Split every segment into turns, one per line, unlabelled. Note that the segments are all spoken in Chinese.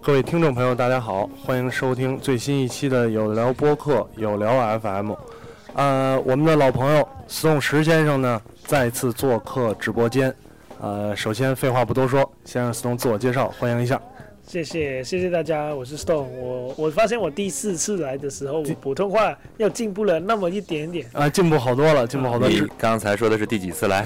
各位听众朋友，大家好，欢迎收听最新一期的有聊播客有聊 FM。呃，我们的老朋友司永石先生呢，再次做客直播间。呃，首先废话不多说，先让司东自我介绍，欢迎一下。
谢谢谢谢大家，我是 Stone。我我发现我第四次来的时候，我普通话又进步了那么一点点，
啊、进步好多了，进步好多。
你
是
嗯刚才说的是第几次来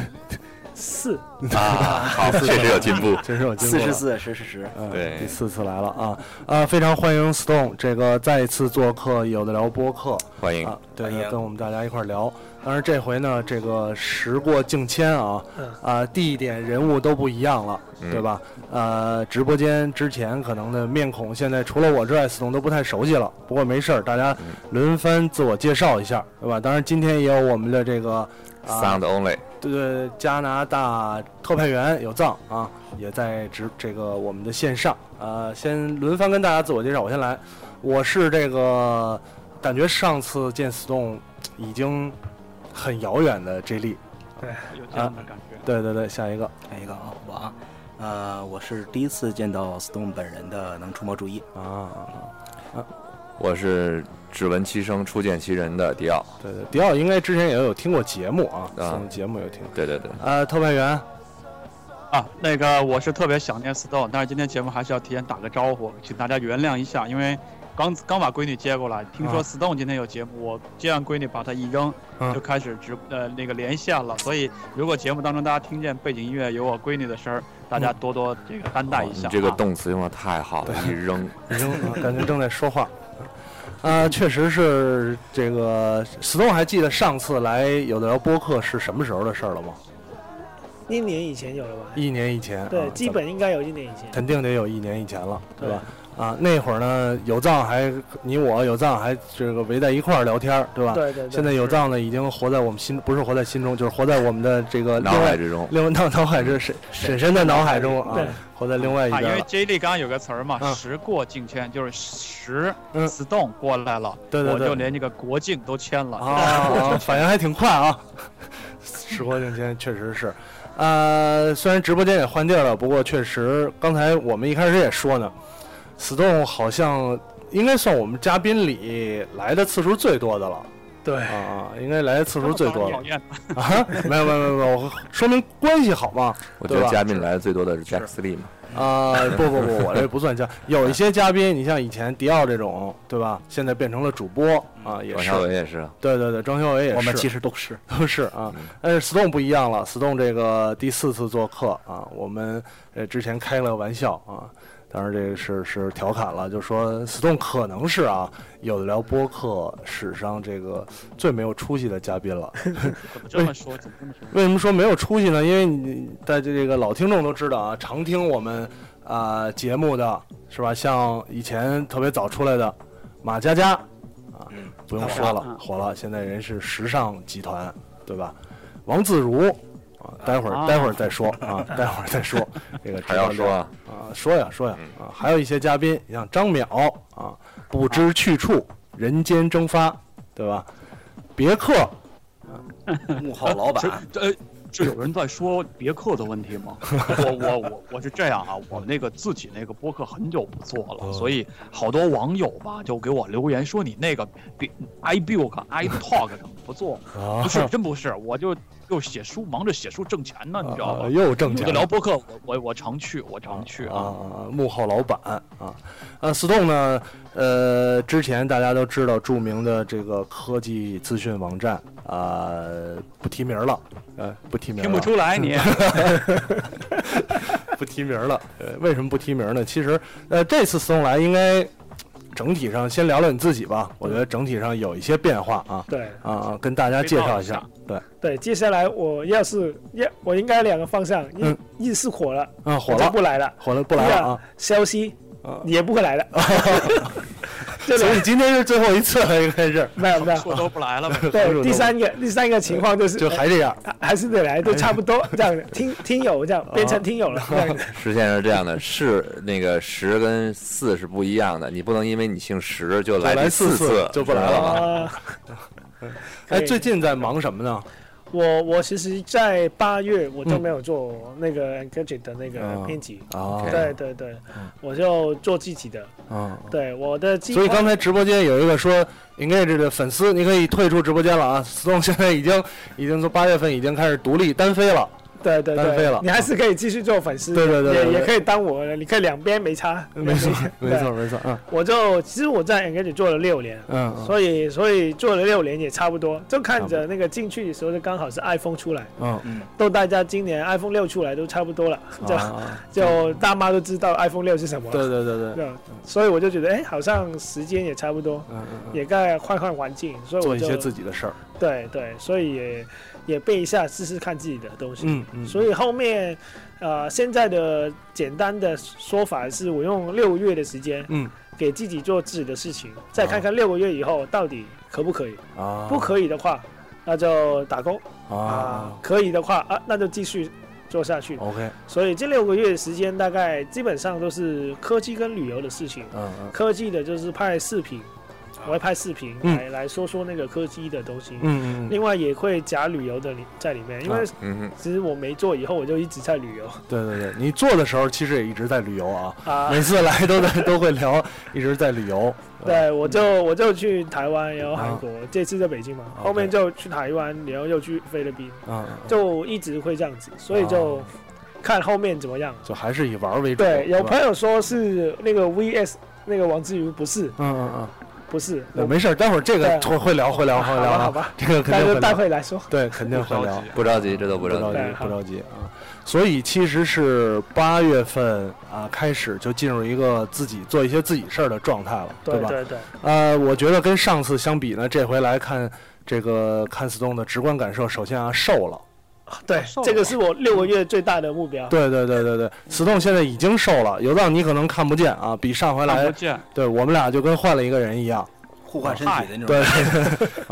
四
啊？ 好， 确实有进步。
哦真是有进步
四
了。
十四十十十，
嗯
对
第四次来了啊啊！非常欢迎 Stone 这个再一次做客有的聊播客。
欢迎，
啊，对
欢迎，
跟我们大家一块儿聊。当然这回呢，这个时过境迁啊，
嗯
啊，地点人物都不一样了，对吧？呃，直播间之前可能的面孔，现在除了我之外，死东都不太熟悉了。不过没事儿，大家轮番自我介绍一下，对吧？当然今天也有我们的这个啊
Sound，Only，
对对，加拿大特派员有藏啊，也在直这个我们的线上。呃，先轮番跟大家自我介绍，我先来，我是这个感觉上次见 Stone 已经很遥远的 J 莉，
有这样的感觉。
对对对，下一个
下一个啊，我啊，呃，我是第一次见到 Stone 本人的，能出没注意，
啊，
我是只闻其声初见其人的迪奥。
对对，迪奥应该之前也有听过节目啊，
啊
上节目有听。
对对对，
呃，特派员，
啊，那个我是特别想念 Stone，但是今天节目还是要提前打个招呼，请大家原谅一下，因为刚刚把闺女接过来，听
啊
说 Stone 今天有节目，我接完闺女把她一扔，
啊
就开始直呃那个连线了，所以如果节目当中大家听见背景音乐有我闺女的声儿，大
嗯
家多多这个担待一
哦你
下、啊
这个动词用的太好了，一扔
扔，感觉正在说话。啊，确实是这个 Stone 还记得上次来有的聊播客是什么时候的事儿了吗？
一年以前有了吧？
一年以前，
对，
啊
基
咱
本应该有一年以前。
肯定得有一年以前了，对吧？啊，那会儿呢，有藏还你我有藏还这个围在一块儿聊天儿，对吧？
啊
对对对，
现在有藏呢，已经活在我们心，不是活在心中，就是活在我们的这个
脑
呃另
海
外
之中。
另外脑脑海之沈沈深的脑海中啊
对，
活在另外一
啊，
边
因为
了。
J 莉刚刚有个词儿嘛，
嗯
时过境迁，就是时
嗯
Stone 过来了，
对对对
我就连这个国境都签了。
啊啊，反应还挺快啊！时过境迁，确实是。呃，虽然直播间也换地儿了，不过确实，刚才我们一开始也说呢，Stone 好像应该算我们嘉宾里来的次数最多的了。
对
啊，啊，应该来的次数最多了
讨厌
啊！ 没有没有没有没有，我说明关系好嘛。
我觉
对
得
吧
嘉宾来的最多的是 Jack Lee 嘛，
啊、不不不，我这不算嘉，有一些嘉宾，你像以前迪奥这种，对吧？现在变成了主播啊，也
王
是
小，伟也是。
对对对，张小伟也是，
我们其实都是，
都 是啊。但是 Stone 不一样了，Stone 这个第四次做客啊，我们呃之前开了玩笑啊，当然这个是是调侃了，就说 Stone 可能是啊有的聊播客史上这个最没有出息的嘉宾了。
怎么这么说？怎么这么说？
为什么说没有出息呢？因为你大家这个老听众都知道啊，常听我们啊、节目的是吧？像以前特别早出来的马佳佳啊，不用说了，
啊
火了，现在人是时尚集团，对吧？王自如啊，待会儿
啊
待会儿再说啊，待会儿再 说这个
还要说嗯啊
啊，说呀说呀啊，还有一些嘉宾，像张淼啊，不知去处，人间蒸发，对吧？别克
幕后老板，
这呃，这有人在说别克的问题吗？我我我我是这样啊，我那个自己那个播客很久不做
嗯
了，所以好多网友吧就给我留言说你那个别 iBook、iTalk 怎么不做？
啊
不是，真不是，我就又写书，忙着写书挣钱呢，你知道吧
啊？又挣
我
钱
就聊播客，我我我常去，我常去
啊啊，啊幕后老板啊，呃，Stone 呢，呃，之前大家都知道著名的这个科技资讯网站啊、不提名了，呃，不提名了，
听不出来你。
嗯不提名了。呃，为什么不提名呢？其实，呃，这次 Stone 来应该
整体上先聊聊你自己吧，我觉得整体上有一些变化啊
对
啊啊，跟大家介绍一下。对，
对，接下来我要是要我应该两个方向，一、
嗯
一是火了，
啊，火
我就
了
不，来了，
火了，不来了啊。
消息
啊
也不会来了，这
所
两
以今天是最后一次了，应该是，
没有没有。
说都 不来了呗。
合着
对，第
都
三个第三个情况就是
就还这样。
还还是得来，都差不多这样的，听听友这样
啊
变成听友了，这样的
实际上是这样的，是那个十跟四是不一样的，你不能因为你姓石就
来
第
四次
次
就不来了啊
知道吧
啊。
哎，
可以
最近在忙什么呢？
我我其实，在八月我都没有做那个 Engadget 的那个
嗯
编辑，
啊
OK
对对对，我就做自己的，
啊。
对我的计
嗯
划。
所以刚才直播间有一个说 engage 的粉丝，你可以退出直播间了啊。Stone 现在已经已经从八月份已经开始独立单飞了，
对对
单飞
对
了，
你还是可以继续做粉丝，
对对对对对
也也可以当我的，你可以两边没差，
没错
对
没错。没错，嗯
我就其实我在 Engage 做了六年，
嗯嗯
所以所以做了六年也差不多，就看着那个进去的时候就刚好是 iPhone 出来，
嗯
都大家今年 iPhone 六出来都差不多了，
啊
就、
啊，
就大妈都知道 iPhone 六是什 么了，
对对对对，
对所以我就觉得哎，好像时间也差不多，
嗯嗯嗯，
也该换换环境，所以
做
我
一
就
些自己的事儿，
对对，所以也也背一下试试看自己的东西，
嗯嗯，
所以后面，呃，现在的简单的说法是我用六个月的时间
嗯
给自己做自己的事情，再看看六个月以后到底可不可以。
啊，
不可以的话，那就打工啊
啊。哦
可以的话啊，那就继续做下去。
OK，
所以这六个月的时间，大概基本上都是科技跟旅游的事情。
嗯嗯
科技的就是拍视频，我会拍视频
嗯
来来说说那个科技的东西。
嗯嗯嗯，
另外也会夹旅游的里在里面，因为
啊
嗯哼，
其实我没做以后，我就一直在旅游
对对对，你做的时候其实也一直在旅游 啊，
啊。
每次来都在 都会聊，一直在旅游，
对，我就我就去台湾，然后韩国，
啊
这次在北京嘛，
OK
后面就去台湾，然后又去菲律宾，
嗯，嗯
就一直会这样子，所以就
啊
看后面怎么样。
就还是以玩儿为主，
对，有
是吧
朋友说是那个 VS 那个王志瑜，不是，
嗯嗯嗯。
不是，
对，
我
没事儿，待会儿这个
对
会会聊，会聊，会
好
聊
吧，好
啊，
吧，
这个肯
待
定
会
会
待
聊，
会来说。
对，肯定会聊，
不着急，这都不
不
着
着
急
急
对，好
不着急啊。所以其实是八月份啊，开始就进入一个自己做一些自己事儿的状态了，
对
吧？
对对，
呃，我觉得跟上次相比呢，这回来看这个看 Stone 的直观感受，首先啊瘦了，
对，这个是我六个月最大的目标。
对对对对对，Stone 现在已经瘦了，有道你可能看不见啊，比上回
看
来
不，见，
对我们俩就跟换了一个人一样。
互换身体的那种。
对，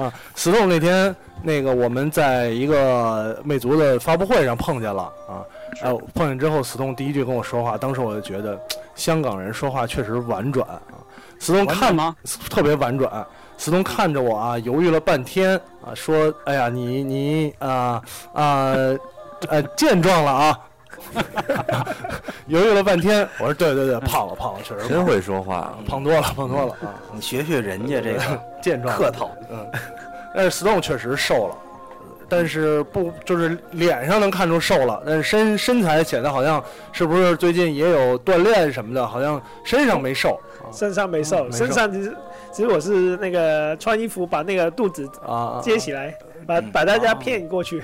啊，Stone 那天那个我们在一个魅族的发布会上碰见了啊，哎、碰见之后，Stone 第一句跟我说话，当时我就觉得香港人说话确实婉转啊，Stone
看
看
吗？
特别婉转。斯通看着我啊，犹豫了半天啊，说：“哎呀，你你啊啊呃健壮了 啊。”犹豫了半天，我说：“对对
嗯
对，胖了胖了，确实胖
真
了
会说话，
胖多了，胖多了啊，
你学学人家这个
健壮了
客套，
嗯，但是 Stone 确实瘦了，但是不就是脸上能看出瘦了，但是身身材显得好像是不是最近也有锻炼什么的，好像身上没瘦
身上没
嗯
瘦，
没
身上其实其实我是那个穿衣服把那个肚子
啊。
接起来，把把大
哦
家骗过去。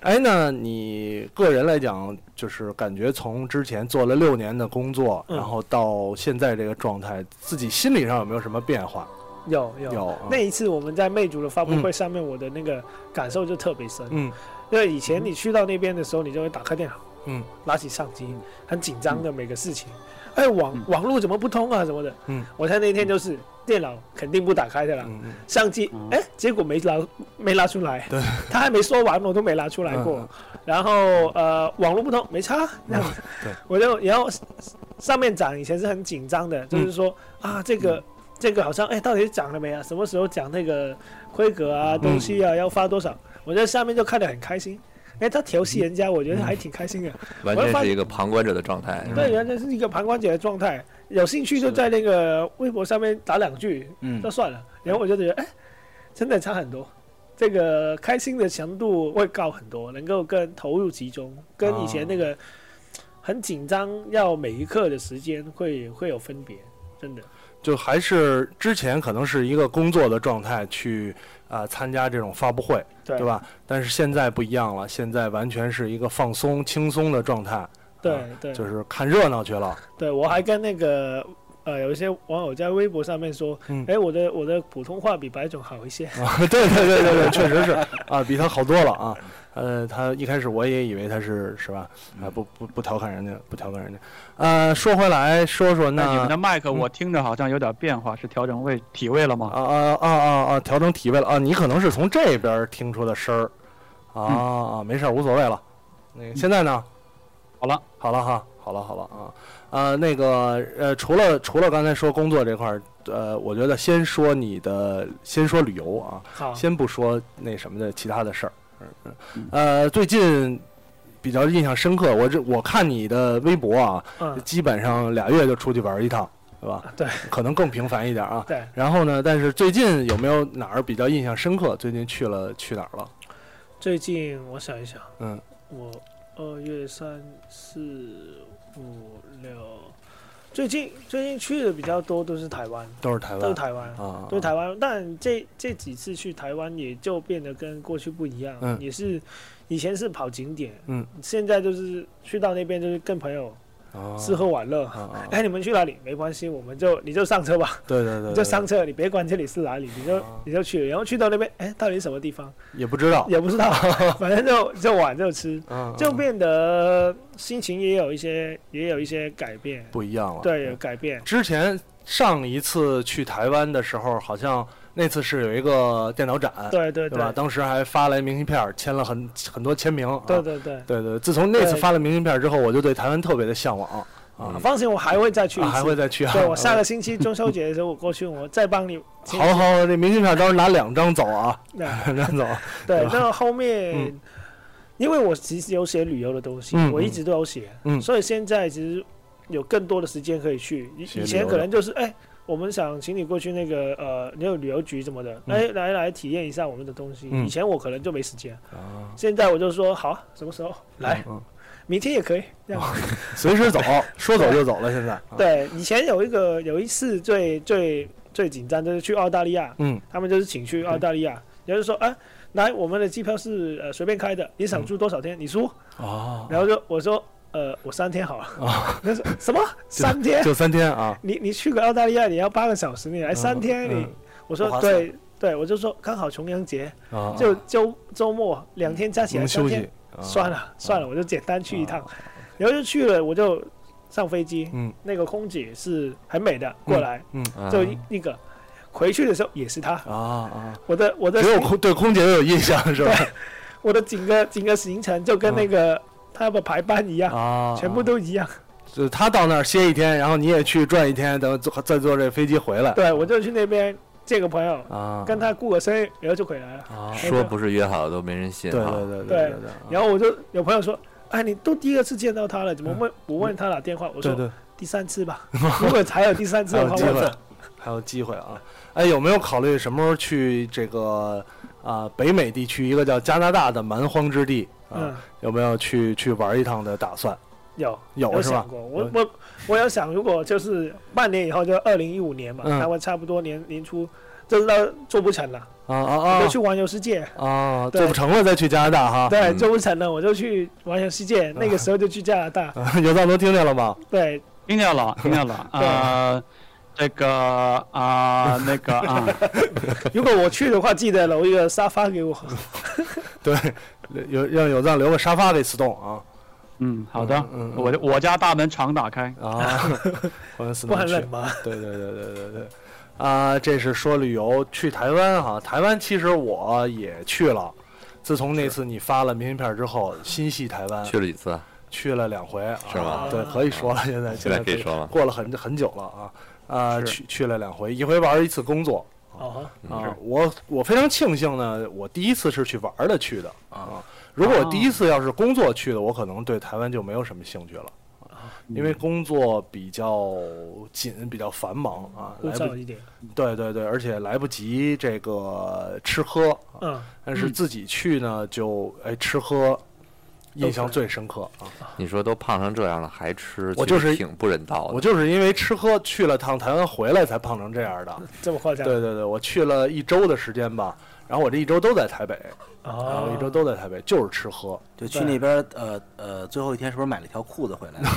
哎，那你个人来讲，就是感觉从之前做了六年的工作，
嗯
然后到现在这个状态，自己心理上有没有什么变化？
有有
有啊
那一次我们在魅族的发布会上面，我的那个感受就特别深。
嗯
因为以前你去到那边的时候，你就会打开电脑，
嗯，
拿起相机，很紧张的每个事情。哎，网网络怎么不通啊什么的。
嗯，
我在那一天就是电脑肯定不打开的啦，
嗯嗯
相机哎，结果没拿没拿出来，对，他还没说完，我都没拿出来过。
嗯
然后呃，网络不通没差，那样子
对
我就然后上面讲以前是很紧张的，就是说、
嗯
啊这个。这个好像哎，到底讲了没啊？什么时候讲那个规格啊、东西啊，要发多少？我在下面就看得很开心。哎，他调戏人家，我觉得还挺开心的。
完全是一个旁观者的状态。
对，原来是一个旁观者的状态，有兴趣就在那个微博上面打两句，
嗯
那，算了。然后我就觉得，哎，真的差很多，这个开心的强度会高很多，能够更投入其中，跟以前那个很紧张要每一刻的时间会会有分别，真的。
就还是之前可能是一个工作的状态去啊、参加这种发布会，
对
对吧？但是现在不一样了，现在完全是一个放松、轻松的状态，
对
啊
对
就是看热闹去了。
对，我还跟那个呃有一些网友在微博上面说
嗯，
哎、我的我的普通话比白总好一些。
啊，对对对对对，确实是啊，比他好多了啊。呃，他一开始我也以为他是是吧？啊，不不不调侃人家，不调侃人家。呃，说回来，说说那
那你们的麦克我听着好像有点变化，是调整位体位了吗？
啊啊啊啊啊！调整体位了啊！你可能是从这边儿听出的声儿啊啊，没事儿，无所谓了。那个现在呢？
好了，
好了哈，好了好了啊，呃，那个呃，除了除了刚才说工作这块儿，呃，我觉得先说你的，先说旅游啊，
好，
先不说那什么的其他的事儿。嗯呃，最近比较印象深刻，我这我看你的微博啊，
嗯，
基本上俩月就出去玩一趟，对吧？
对
可能更频繁一点啊。
对，
然后呢？但是最近有没有哪儿比较印象深刻？最近去了去哪儿了？
最近我想一想，
嗯，
我二月三四五六，最近最近去的比较多都是台湾，
都是台
都
湾
是台湾。
啊，
都是台湾，但这这几次去台湾也就变得跟过去不一样，
嗯
也是以前是跑景点，
嗯，
现在就是去到那边就是跟朋友
啊
吃喝玩乐，
啊啊，
哎，你们去哪里没关系，我们就你就上车吧，
对对对，
你就
对
上车，你别管这里是哪里，你就
啊
你就去了，然后去到那边，哎，到底是什么地方
也不知道，
也不知道， 反正就就玩就吃，
嗯
就
嗯
变得心情也有一些也有一些改变，
不一样了。
对，有
嗯，
改变，
之前上一次去台湾的时候，好像那次是有一个电脑展，
对对
对吧？当时还发来明信片儿，签了很很多签名啊。
对对对，
对对，自从那次
对
发了明信片儿之后，我就对台湾特别的向往啊
嗯
放心，我还会再去一
啊，
次，
还会再去啊。
对我下个星期中秋节的时候我过去，我再帮你。
好了好了，这明信片儿到时候拿两张走啊，
那
两张走。
对
对吧，
那后面
嗯，
因为我其实有写旅游的东西
嗯，
我一直都有写
嗯，
所以现在其实有更多的时间可以去。以
写旅
以
游
前
的
可能就是哎。我们想请你过去那个呃，那个旅游局什么的，
嗯
哎，来来体验一下我们的东西。
嗯
以前我可能就没时间，
啊，
现在我就说好啊，什么时候来，
嗯，
明天也可以。这样
随时走，说走就走了。现在，啊，
对，以前有一个有一次最最最紧张就是去澳大利亚，
嗯，
他们就是请去澳大利亚，然后就说啊，来我们的机票是呃随便开的，你想住多少天、你说，
嗯哦，
然后就我说呃我三天好了，
啊，
他说什么三 天？
就三天啊，
你你去个澳大利亚你要八个小时，你来三天你？
嗯
我
不
说
划算
对对，我就说刚好重阳节，
啊，
就
啊
周周末两天加起来
能
三
休
天
息，，啊
算，了算了，我就简单去一趟，然后就去了，我就上飞机，
嗯
那个空姐是很美的过来，
嗯
啊
就一一个。回去的时候也是她，
啊啊，
我的我的
只有空对空姐有印象是吧？
我的整个整个行程就跟那个他们排班一样，
啊，
全部都一样。
就是他到那儿歇一天，然后你也去转一天，等坐再坐这飞机回来。
对我就去那边见个朋友，
啊，
跟他过个生日，然后就回来了。
啊，
说不是约好的都没人信
对
啊
对。对对对，
然后我就有朋友说：“哎，你都第二次见到他了，怎么问不问他打电话？”
嗯
我
对
说
对，：“
第三 次吧，如果还有第三次
还
的
有
话，
机会啊
我，
还有机会啊！哎，有没有考虑什么时候去这个啊、北美地区一个叫加拿大的蛮荒之地啊？
嗯，
有没有去去玩一趟的打算？
有
有
有
是吧
想？过，我
有
我我有想，如果就是半年以后，就二零一五年嘛，
嗯
台湾差不多年年初，就知道做不成了，
啊啊
我
啊
就去环游世界。”
啊！
对
做不成了再去加拿大哈。
对，
嗯
做不成了，我就去环游世界。
嗯
那个时候就去加拿大，
啊有藏都听见了吗？
对，
听 见了，听见了，呃，这个 啊、那个啊，
如果我去的话，记得留一个沙发给我。
嗯 对，有让有藏留个沙发给 stone 啊
嗯，好的，
嗯嗯
我我家大门常打开，
啊！欢迎 stone
不很
去
冷吗？
对对对对对对，啊，这是说旅游去台湾哈，台湾其实我也去了，自从那次你发了明信片之后，心系台湾，
去了几次啊？
去了两回，
是吗
啊？对，可以说了，现在
现在可以
这
说了
过了很很久了啊，啊，
是
去去了两回，一回玩一次工作
哦，
啊
是，
我我非常庆幸呢，我第一次是去玩的去的啊，如果我第一次要是工作去的，我可能对台湾就没有什么兴趣了。啊因为工作比较紧，比较繁忙啊，
枯
来不
燥一点。
对对对，而且来不及这个吃喝，啊
嗯，
但是自己去呢，就哎吃喝印象最深刻啊！
你说都胖成这样了还吃，
我
其
就是
实挺不人道的。
我就是因为吃喝去了趟台湾，回来才胖成这样的。
这么夸张？
对对对，我去了一周的时间吧，然后我这一周都在台北，然后
哦
一周都在台北，就是吃喝，
就去那边呃呃最后一天是不是买了一条裤子回来？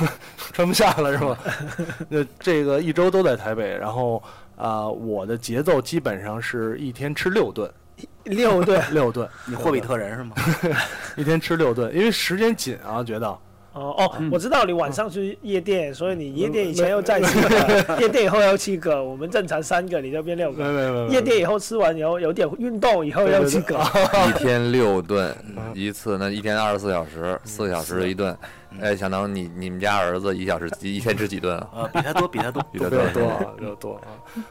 穿不下了是吧？ 那这个一周都在台北，然后啊、我的节奏基本上是一天吃六顿，
六对
六顿，
你霍比特人是吗？
一天吃六顿，因为时间紧啊，觉得
哦
嗯
哦，我知道你晚上去夜店，所以你夜店以前要再七 个，夜店以后要七个，我们正常三个，你就变六
没
个。
没没没
夜店以后吃完以后有点运动以后要七个，
一天六顿
嗯
一次，那一天二十四小时，四小时一顿。
嗯
哎，小能，你你们家儿子一小时一天吃几顿啊？
呃，比他多，比他多。
比
都
较
比较多啊，比较多啊。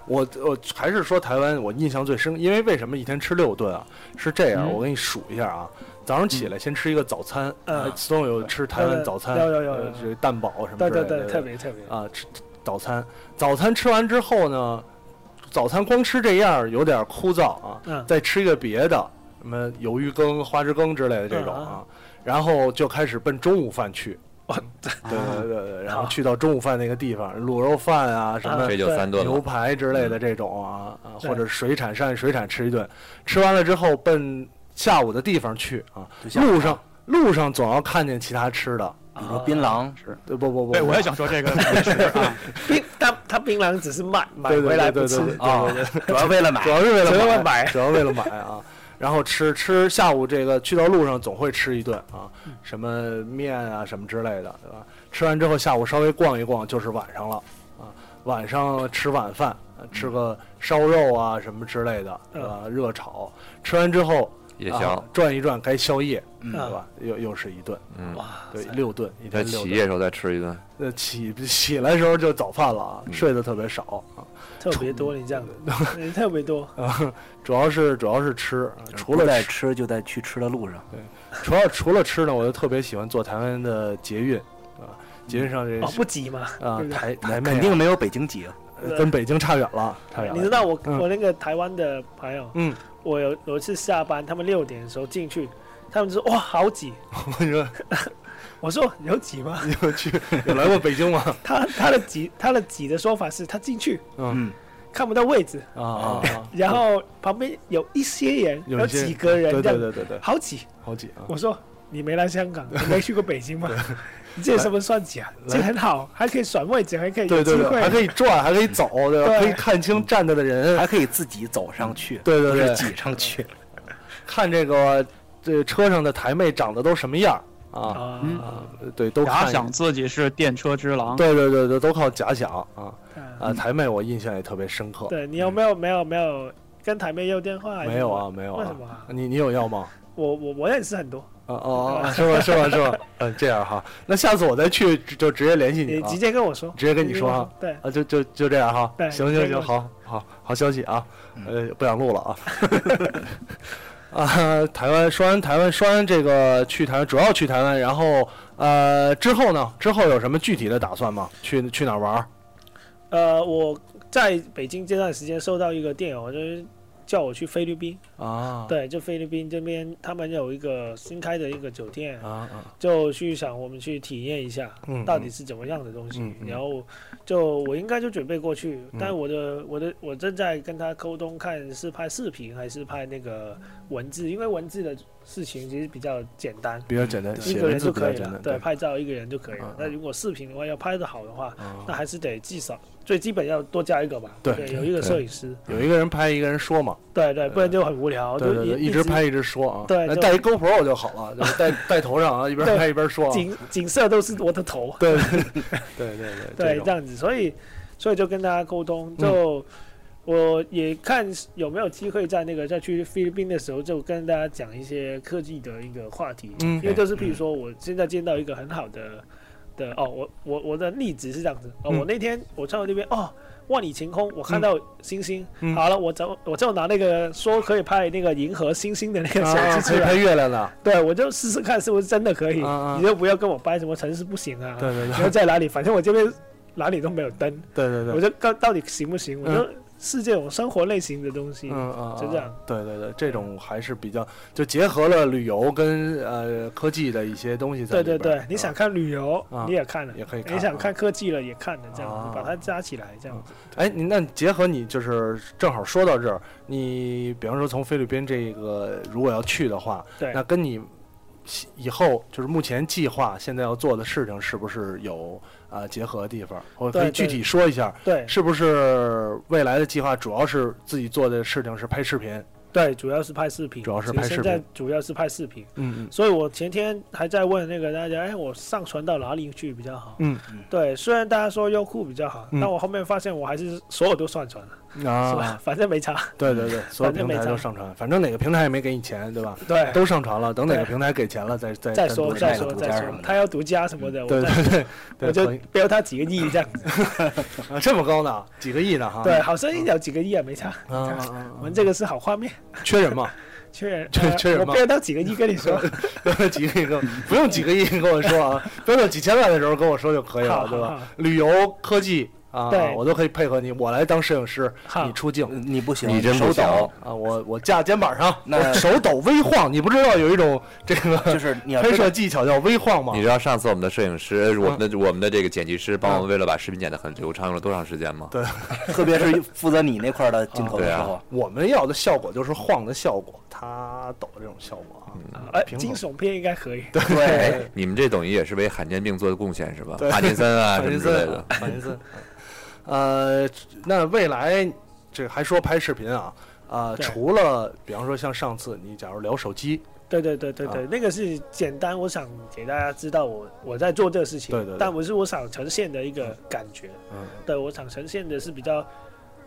我我还是说台湾，我印象最深，因为为什么一天吃六顿啊？是这样，我给你数一下啊。早上起来先吃一个早餐，
嗯
总有吃台湾早餐，
有有有有
呃
有
这个蛋堡什么之
对
类
对
的，
对，特别特别。
啊，吃早餐，早餐吃完之后呢，早餐光吃这样儿有点枯燥啊，
嗯
再吃一个别的，什么鱿鱼羹、花枝羹之类的这种啊，然后就开始奔中午饭去。对对对对，然后去到中午饭那个地方，卤肉饭啊，什么
这就三顿
牛
了。
排之类的这种啊，啊
对
或者水产上水产吃一顿，吃完了之后奔下午的地方去啊，
就像
路上路上总要看见其他吃的，
比如说槟榔，
对不不不，
对，我也
想
想 说这个是啊，
槟他他槟榔只是买买
对对
回来
对
不
对
吃
对
啊，
主要为了买
主。要是为
主要
了
为买
主要为了买啊。然后吃吃下午这个去到路上总会吃一顿啊，什么面啊什么之类的，对吧？吃完之后下午稍微逛一逛就是晚上了啊，晚上吃晚饭，啊吃个烧肉啊什么之类的，对吧？热炒，吃完之后
夜
啊
宵，
转一转该宵夜，
嗯
对吧？又又是一顿，
嗯，
哇
对，六顿一
在
天六
起
顿
夜。时候再吃一顿。
呃，起起来的时候就早饭了啊，
嗯
睡得特别少啊，
特别多你这样，你特别多，
主要是主要是吃，
嗯
啊除
不
了
在
吃
吃就在去吃的路上。
除了除了吃呢，我就特别喜欢坐台湾的捷运啊，捷运上这
哦不急嘛，
啊
对不对
台台
那
妹啊
肯定没有北京挤，
呃跟北京差远了，差远了。
你知道我、
嗯
我那个台湾的朋友，
嗯，
我有有一次下班，他们六点的时候进去，他们就说哇好挤，
你说
我说有挤吗？
你有去有来过北京吗？
他他的挤他的挤的说法是他进去
嗯
看不到位置，
啊啊，啊
然后旁边有一些人，
有一些
几个人
对
这
对
样，
对对对，
好挤。
好挤啊！
我说你没来香港，你没去过北京吗？ 你这有什么算挤啊？这很好，还可以选位置，还可以有
对
机
对对，还
会。
可以转，还可以走，对吧？
对
可以看清站着的人
还，可以自己走上去，
对对
不
对
是挤上去。
看这个这车上的台妹长得都什么样啊
啊，
嗯
啊？对，都
假
看
想自己是电车之狼，
对对对对，都靠假想啊
嗯
啊！台妹我印象也特别深刻，
对你有没有没有没有跟台妹要电话？
没有啊，，没有
为
啊
什么啊，
你你有要 吗？
我我我认识很多，
啊哦，哦，是吗？是吗？是 吗？嗯，这样哈，那下次我再去就就直接联系你
你
啊
直，接跟我说，
直接跟你说啊，
对，
啊，就就就这样哈，
对
行
直
行
接跟
行，
我
好好好消息啊，呃，不想录了 啊。啊，台湾说完台湾，说完这个去台湾，主要去台湾，然后呃，之后呢？之后有什么具体的打算吗？去去哪儿玩儿？
呃，我在北京这段时间收到一个电邮，就是叫我去菲律宾。
啊
对，就菲律宾这边他们有一个新开的一个酒店，
啊啊，
就去想我们去体验一下
嗯
到底是怎么样的东西。
嗯嗯
然后就我应该就准备过去，
嗯
但我的我的我正在跟他沟通，看是拍视频还是拍那个文字，因为文字的事情其实比较简单。
比较简单，
一
写
个
文
人
字
就
比较
可以
简
了
单，，
对，拍照一个人就可以
嗯
了
嗯。
那如果视频的话，要拍得好的话，
啊
那还是得至少最基本要多加一个吧。
对
对，有一个摄影师，
有一个人拍，一个人说嘛。
对对，不然就很无聊，
对
啊就
对对，
一
一直拍一直说啊，
对
那
就
带一 GoPro 就好了， 就是戴戴头上啊，一边
对
拍一边说啊，
景景色都是我的头，
对对对对
对，
这
这
种
样子，所以所以就跟大家沟
嗯
通，就我也看有没有机会在那个在去菲律宾的时候，就跟大家讲一些科技的一个话题，
嗯
因为就是譬如说，我现在见到一个很好的的哦，我我我的例子是这样子哦，
嗯
我那天我看到那边哦。万里晴空，我看到星星。
嗯
好了，我就我就拿那个说可以拍那个银河星星的那个手
啊
机
可以
出来，
拍月亮的，
对我就试试看是不是真的可以。
啊啊
你就不要跟我掰什么城市不行啊，
对对
然后
对
在哪里，反正我这边哪里都没有灯，
对对
我
对，
就到到底行不行？我就是这种生活类型的东西。
嗯嗯，
就这样
嗯。对对对，这种还是比较就结合了旅游跟呃科技的一些东西在
对
里边
对
儿。
对，你
啊
想看旅游
啊
你也看了，
也可以看。
你想
啊
看科技了也看了，这样
啊
你把它加起来，这样
哎，你那结合你就是正好说到这儿，你比方说从菲律宾这个如果要去的话，
对
那跟你以后就是目前计划现在要做的事情是不是有啊、呃结合的地方？我可以
对
具
对
体说一下，
对
是不是未来的计划主要是自己做的事情是拍视频？
对，主要是拍视频，
主要是
其实
拍视
现在
频
主要是拍视频，
嗯
所以我前天还在问那个大家，哎，我上传到哪里去比较好？
嗯
对，虽然大家说优酷比较好，
嗯
但我后面发现我还是所有都上传了，
嗯
是吧
啊，？
反正没差。
对 对对，所有
反正
平
没
台都
咱
上传，反正哪个平台也没给你钱，对吧？
对，
都上传了，等哪个
对
平台给钱了再再
再
单
说
独
再
上
说
传
独
再
家什
说
么，的
他要独家什么的，
对
我再
对对，对
我就
可以
标他几个 亿这样子。
啊这么高呢，几个亿呢哈？
对，好声音有几个亿也没差，
啊啊啊啊
我们这个是好画面，
缺人 嘛？
缺人
缺
呃
缺人
我
吗
标他几个亿跟你 说，
几个亿跟不用几个亿跟我说啊，标到几千万的时候跟我说就可以了，
好
对
好
吧
好？
旅游科技啊，
对
我都可以配合你，我来当摄影师，
好
你出镜
你不行，
你真不
手
行
抖，
啊，我我架肩膀上，
嗯 那
我手抖微晃，你不知道有一 种这个
就是 你要
拍
知道
摄技巧叫微晃吗
你？知道上次我们的摄影师，我们
嗯
的我们的这个剪辑师帮我们为了把视频剪得很流畅，用了多长时间吗？对，
特别是负责你那块儿的镜头的
对
时
啊
候，
我们要的效果就是晃的效果，他抖这种效果啊。
嗯
呃，
平衡
惊悚片应该可以。
对，
哎你们这等于也是为罕见病做的贡献是吧？帕金森 啊
法
什么
金
之类
森
的
啊，，法金森。呃，那未来这还说拍视频啊，啊，
对
除了比方说像上次你假如聊手机，
对对对对对，那个是简单，我想给大家知道我我在做这个事情，
对对对
但不是我想呈现的一个感觉，
嗯，
对我想呈现的是比较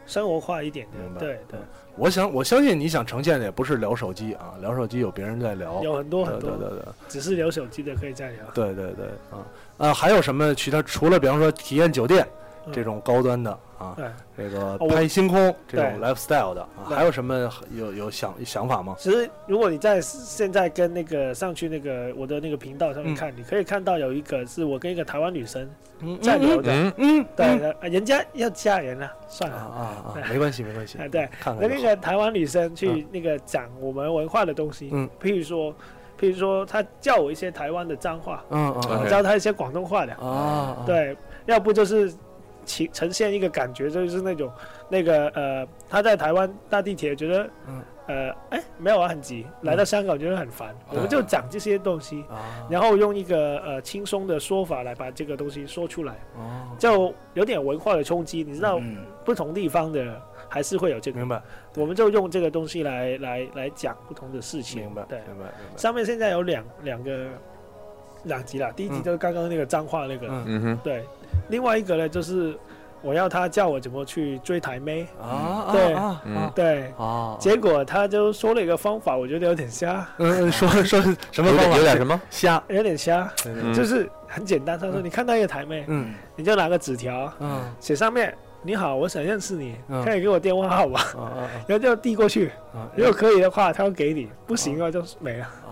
生活化一点
明白
的，对对，
我想我相信你想呈现的也不是聊手机啊，聊手机有别人在聊，
有很多
对
很
对
多，
对对
只是留手机的可以再聊。
对对对啊啊，还有什么其他？除了比方说体验酒店
嗯
这种高端的啊，
对，
这个
哦我
拍星空这种
对
lifestyle 的，啊
对
还有什么有有想想法吗？
其实如果你在现在跟那个上去那个我的那个频道上面看，你可以看到有一个是我跟一个台湾女生
嗯
在聊的，
嗯，
嗯，
对，呃人家要嫁人了，算
啊
了。
啊啊，
对
没关系没关系
哎，对
看看
那
就
那
好
个台湾女生去那个讲我们文化的东西，
嗯
譬如说，譬如说她教我一些台湾的脏话，
嗯嗯嗯
我
OK
教她一些广东话的，
啊，
对，要不就是其呈现一个感觉，就是那种那个呃，他在台湾搭地铁觉得，
嗯
呃，哎，没有啊，很急，来到香港觉得很烦，
嗯
我们就讲这些东西，
啊，
然后用一个呃轻松的说法来把这个东西说出来，
哦，
就有点文化的冲击，你知道
嗯，
不同地方的。还是会有这个，
明白
我们就用这个东西来来来讲不同的事情。
明白
对，
明白明白，
上面现在有两两个两集了，第一集
嗯
就是刚刚那个脏话那个，
嗯
嗯哼，
对，另外一个呢，就是我要他教我怎么去追台妹，
啊，
对
啊
嗯
啊
对，
啊，
结果他就说了一个方法，我觉得有点瞎，
嗯，说说什么方
有点
法？
有点什么？
瞎，
有点瞎，
嗯
就是很简单。他说，你看到一个台妹，
嗯
你就拿个纸条，
嗯啊
写上面你好，我想认识你，
嗯
可以给我电话号码，
啊啊
然后就递过去，
啊
如果可以的话，他会给你，
哦
不行啊就没了。
啊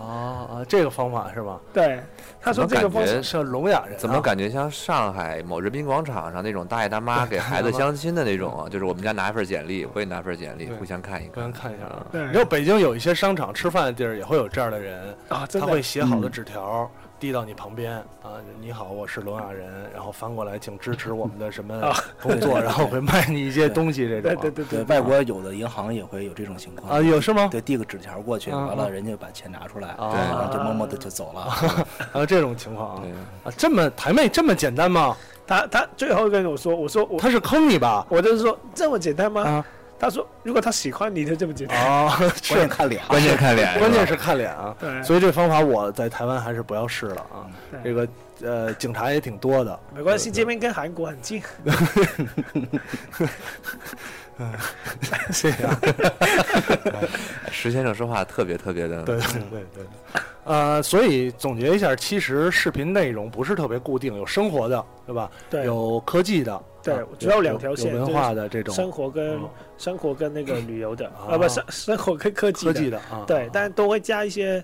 啊，这个方法是吧？
对，他
怎
说
么
这个
感
方式
觉
是聋哑人啊，
怎么感觉像上海某人民广场上那种大爷大妈给孩子相亲的 那种啊？就是我们家拿一份简历，我也拿份简历，
对
互相看一
不然
看。
看一下啊。
对
你知道北京有一些商场吃饭的地儿也会有这样的人，
啊，真
他
的
会写好的嗯纸条递到你旁边啊，你好，我是聋哑人，然后翻过来请支持我们的什么
啊
工 作，然后会卖你一些东西这种
对
啊。
对对对
对，外国有的银行也会有这种情况
啊，有是吗？
对，递个纸条过去，
嗯
完了
嗯
人家把钱拿出来，
啊
然后就默默的就走了。
还有这种情况啊
嗯对，
啊，这么台妹这么简单吗？
他他最后跟我说，我说我
他是坑你吧？
我就是说这么简单吗？
啊
他说如果他喜欢你就这么简单。
啊，
关键
是
看脸，
关键看脸，
关键
是
是看脸啊，
对，嗯
所以这方法我在台湾还是不要试了啊。
对
这个呃，警察也挺多 的，
没关系，
对
这边跟韩国很近。
对谢谢啊。
吧石先生说话特别特别的，
对对对对，呃，所以总结一下，其实视频内容不是特别固定，有生活的，对吧？
对
有科技的，
对
啊
主要两条线
有文化的这种
生活跟
嗯
生活跟那个旅游的
啊
啊，不生生活跟科技
科技
的。
的啊，
对
啊，
但都会加一些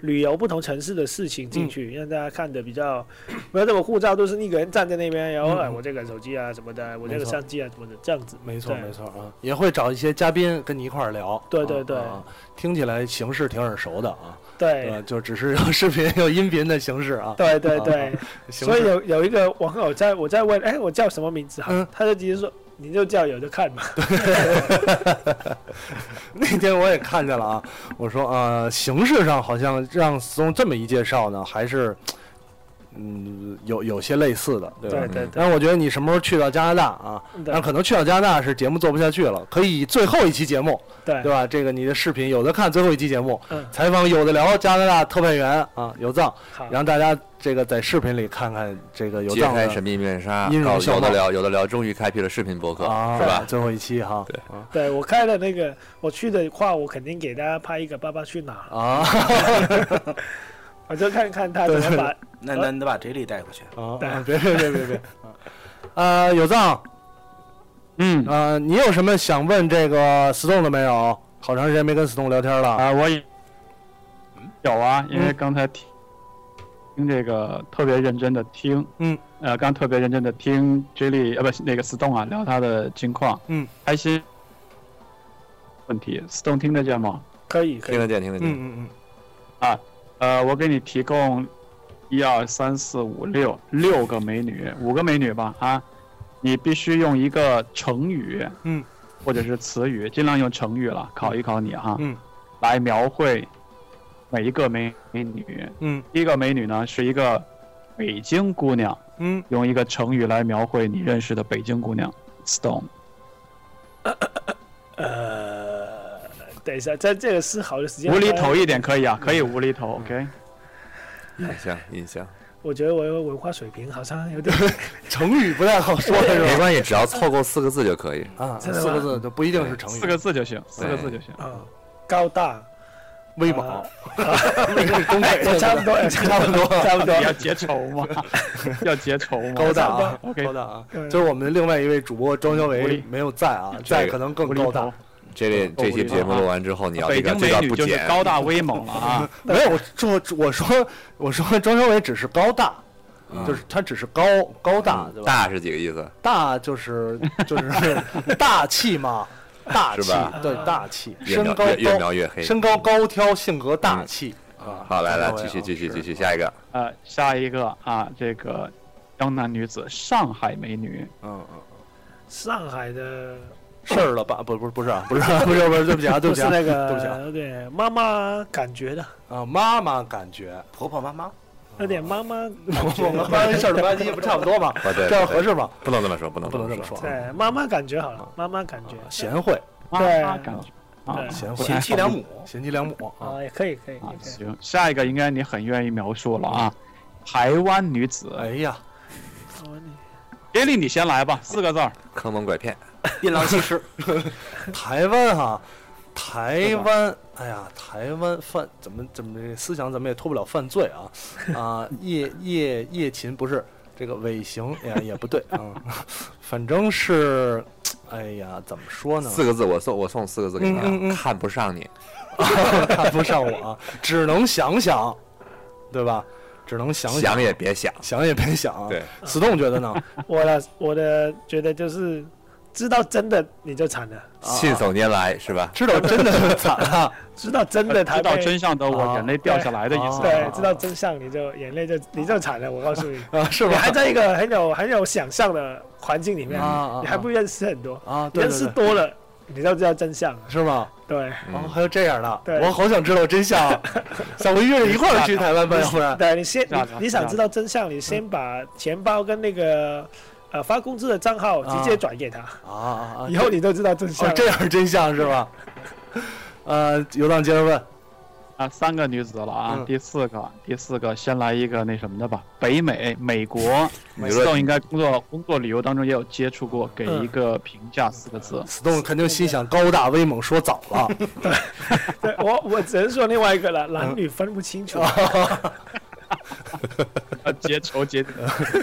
旅游不同城市的事情进
嗯
去，让大家看的比较 没有那么护照，都是一个人站在那边，然后、
嗯
哎我这个手机啊什么的，我这
没
个
错
相机啊什么的，这样子。
没错
对
没错啊，也会找一些嘉宾跟你一块儿聊。
对
啊
对对
啊听起来形式挺耳熟的啊，对吧
对，
就只是有视频有音频的形式啊。
对对对
啊， 形
所以
式
有有一个网友在我在问，哎，我叫什么名字好？
嗯
他就直接说，你就叫有的看嘛。
那天我也看见了啊，我说呃，形式上好像让从这么一介绍呢，还是嗯有有些类似的，对吧？啊
对对对
但是我觉得你什么时候去到加拿大啊？
对
但是可能去到加拿大是节目做不下去了，可以最后一期节目，
对
对吧？这个你的视频有的看，最后一期节目、
嗯
采访有的聊加拿大特派员啊，有藏，
好，
让大家这个在视频里看看这个有
揭
藏
开
的
神秘面纱，
音容
告
笑
有的
貌
聊，有的聊，终于开辟了视频博客，
啊，
是吧？
最后一期哈，对
对我开了那个，我去的话，我肯定给大家拍一个《爸爸去哪儿
啊》，
我就看看他怎么把
那那你得把 J 莉带过去。
啊别
对，
别别别别，啊，呃有藏。
嗯
呃，你有什么想问这个 Stone 的没有？好长时间没跟 Stone 聊天了。
啊，我也有啊，因为
嗯
刚才听听这个特别认真的听，
嗯，
呃，刚特别认真的听 Jelly 呃不是那个 Stone 啊聊他的近况，
嗯，
开心。问题，Stone 听得见吗？
可以可
听
以
得见，听得见。
嗯嗯
呃，我给你提供一二三四五六六个美女，五个美女吧啊，你必须用一个成语，
嗯，
或者是词语，尽量用成语了，考一考你哈，
嗯，
来描绘每一个美美女。
嗯
第一个美女呢是一个北京姑娘，
嗯
用一个成语来描绘你认识的北京姑娘 Stone。
呃，等一下，在这个思考的时间，
无厘头，一点可以啊，可以无厘头，OK。
嗯
印象，印象，
我觉得我文化水平好像 有点，
嗯，成语不太好 说的
没
是吧？
关系，只要凑够四个字就可以。
啊，
真的
四
吗。
个字就不一定是成语。
四个字就行，四个字就行
嗯，高大，
微保，
东
哎
北 差不多，差不多，差
嗯
不多
你，要结 仇吗？要结仇吗？
高大啊，
OK
高大啊，
嗯
就是我们另外一位主播庄小
无
维
厘
没有在啊，
这个
在可能更
无厘
高
头
大。。
这
哦
类这期节目录完之
啊
后，你要这
北
个
京
这
美
段
女
不
就是
剪，
高大威 猛了啊！
没有，我说我说我说庄小维只是高大，就是他只是高高大，对吧？
大是几个意思？
大就是就是 大气嘛，大
是
气
吧
对大气，
越
身
描
高
越越
高
描越黑。
身高高挑，性格大气。
好，来来，
高呀
继续
啊
继续
是
继续，下一个。
呃，下一个啊，这个江南女子，上海美女，
嗯嗯，
上海的，
事儿了吧？不不是不是啊，不是 啊不是不是，对不起啊，对
就
不起
是
啊，
那
对不起啊
个有点妈妈感觉的，
啊，妈妈感 觉，
婆婆妈妈，
有点 妈妈感
我们
觉，
班事儿了吧唧，不差不 多吗？
哦，对，
这样
对
合，适吗？
对不能这么说，不能
不能这么说啊，
对，妈妈感觉好
哦
了，妈妈感觉，
贤惠，
啊
对
啊感觉啊
对
贤惠，
贤妻良母，
贤妻良母啊，
啊，也可以，可以，
啊
也，可以，
行，下一个应该你很愿意描述了啊，台湾女子，
哎呀，
哦你
别理你先来吧，四个字儿，
坑蒙拐骗。
槟榔西施，
台湾哈。台湾，哎呀，台湾犯怎么怎么这思想怎么也脱不了犯罪啊！啊，夜夜夜勤不是这个尾行也也不对啊、嗯 反正是，哎呀，怎么说呢？
四个字，我送我送四个字
嗯
给
嗯
你
嗯
啊，看不上你。
看不上我、啊，只能想想，对吧？只能想
想也别想。
想也别想、啊。
对，
，Stone 觉得呢？
我的我的觉得就是知道真的你就惨了，
信手拈来是吧？
知道真的惨啊！
知道真的台
知道
北。
真相的我
啊
眼泪掉下来的意思，
哦
对，啊知道真相你就眼泪就你就惨了，我告诉你，
啊，是
你
吧？
还在一个很有很有想象的环境里面
啊，啊，
你还不认识很多，
啊？对
认
对
识
对，
多了你就知道真相了。
是吗？
对，
哦，
嗯，
还有这样的，
对
我好想知道真相啊，想回约着一块儿去台湾吧，要不然。
对你先
是啊是啊
你你想知道真相，你先把钱包跟那个呃发工资的账号直接转给他，
啊啊啊！
以后你就知道真相
哦
了。
这样是真相是吧？呃，游荡接着问，
啊，三个女子了啊
嗯，
第四个，第四个，先来一个那什么的吧，北美，美国，
你
自
说
动应该工作工作旅游当中也有接触过，给
嗯
一个评价四 个字，
Stone 肯定心想高大威猛说早了， 嗯哦
对我我只能说另外一个了，男女分不清楚。
接球接，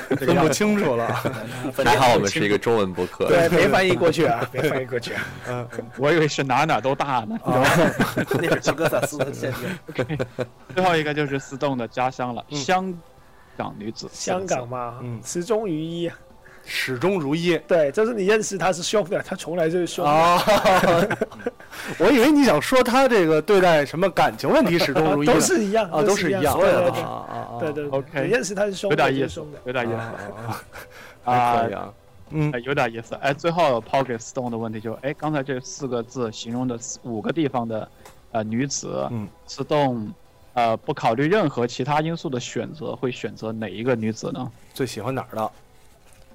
这个
分
样
不
子
清楚 了。
还好我们是一个中文博客，
对，别翻译过去啊，别翻译过去啊。
我以为是哪哪都大
啊
呢。
那是吉格萨斯的限定。
最后一个就是四栋的家乡了，
嗯
香港女子，
香港嘛，
嗯
始终如一啊。
始终如一
对，就是你认识他是凶的，他从来就是凶的。
啊！ 我以为你想说他这个对待什么感情问题始终如一呢，
都是一样
啊，都是
一
一样，
对对
啊
对
啊啊啊！
对对对
OK
你认识他是凶
有
的，
点
就
意
是
思
凶的，。
有点意思
啊啊啊，
啊
可以。啊，嗯
哎，有点意思。哎，最后抛给 Stone 的问题就是，哎，刚才这四个字形容的四五个地方的呃女子，
嗯
，Stone，呃，不考虑任何其他因素的选择，会选择哪一个女子呢？
最喜欢哪儿的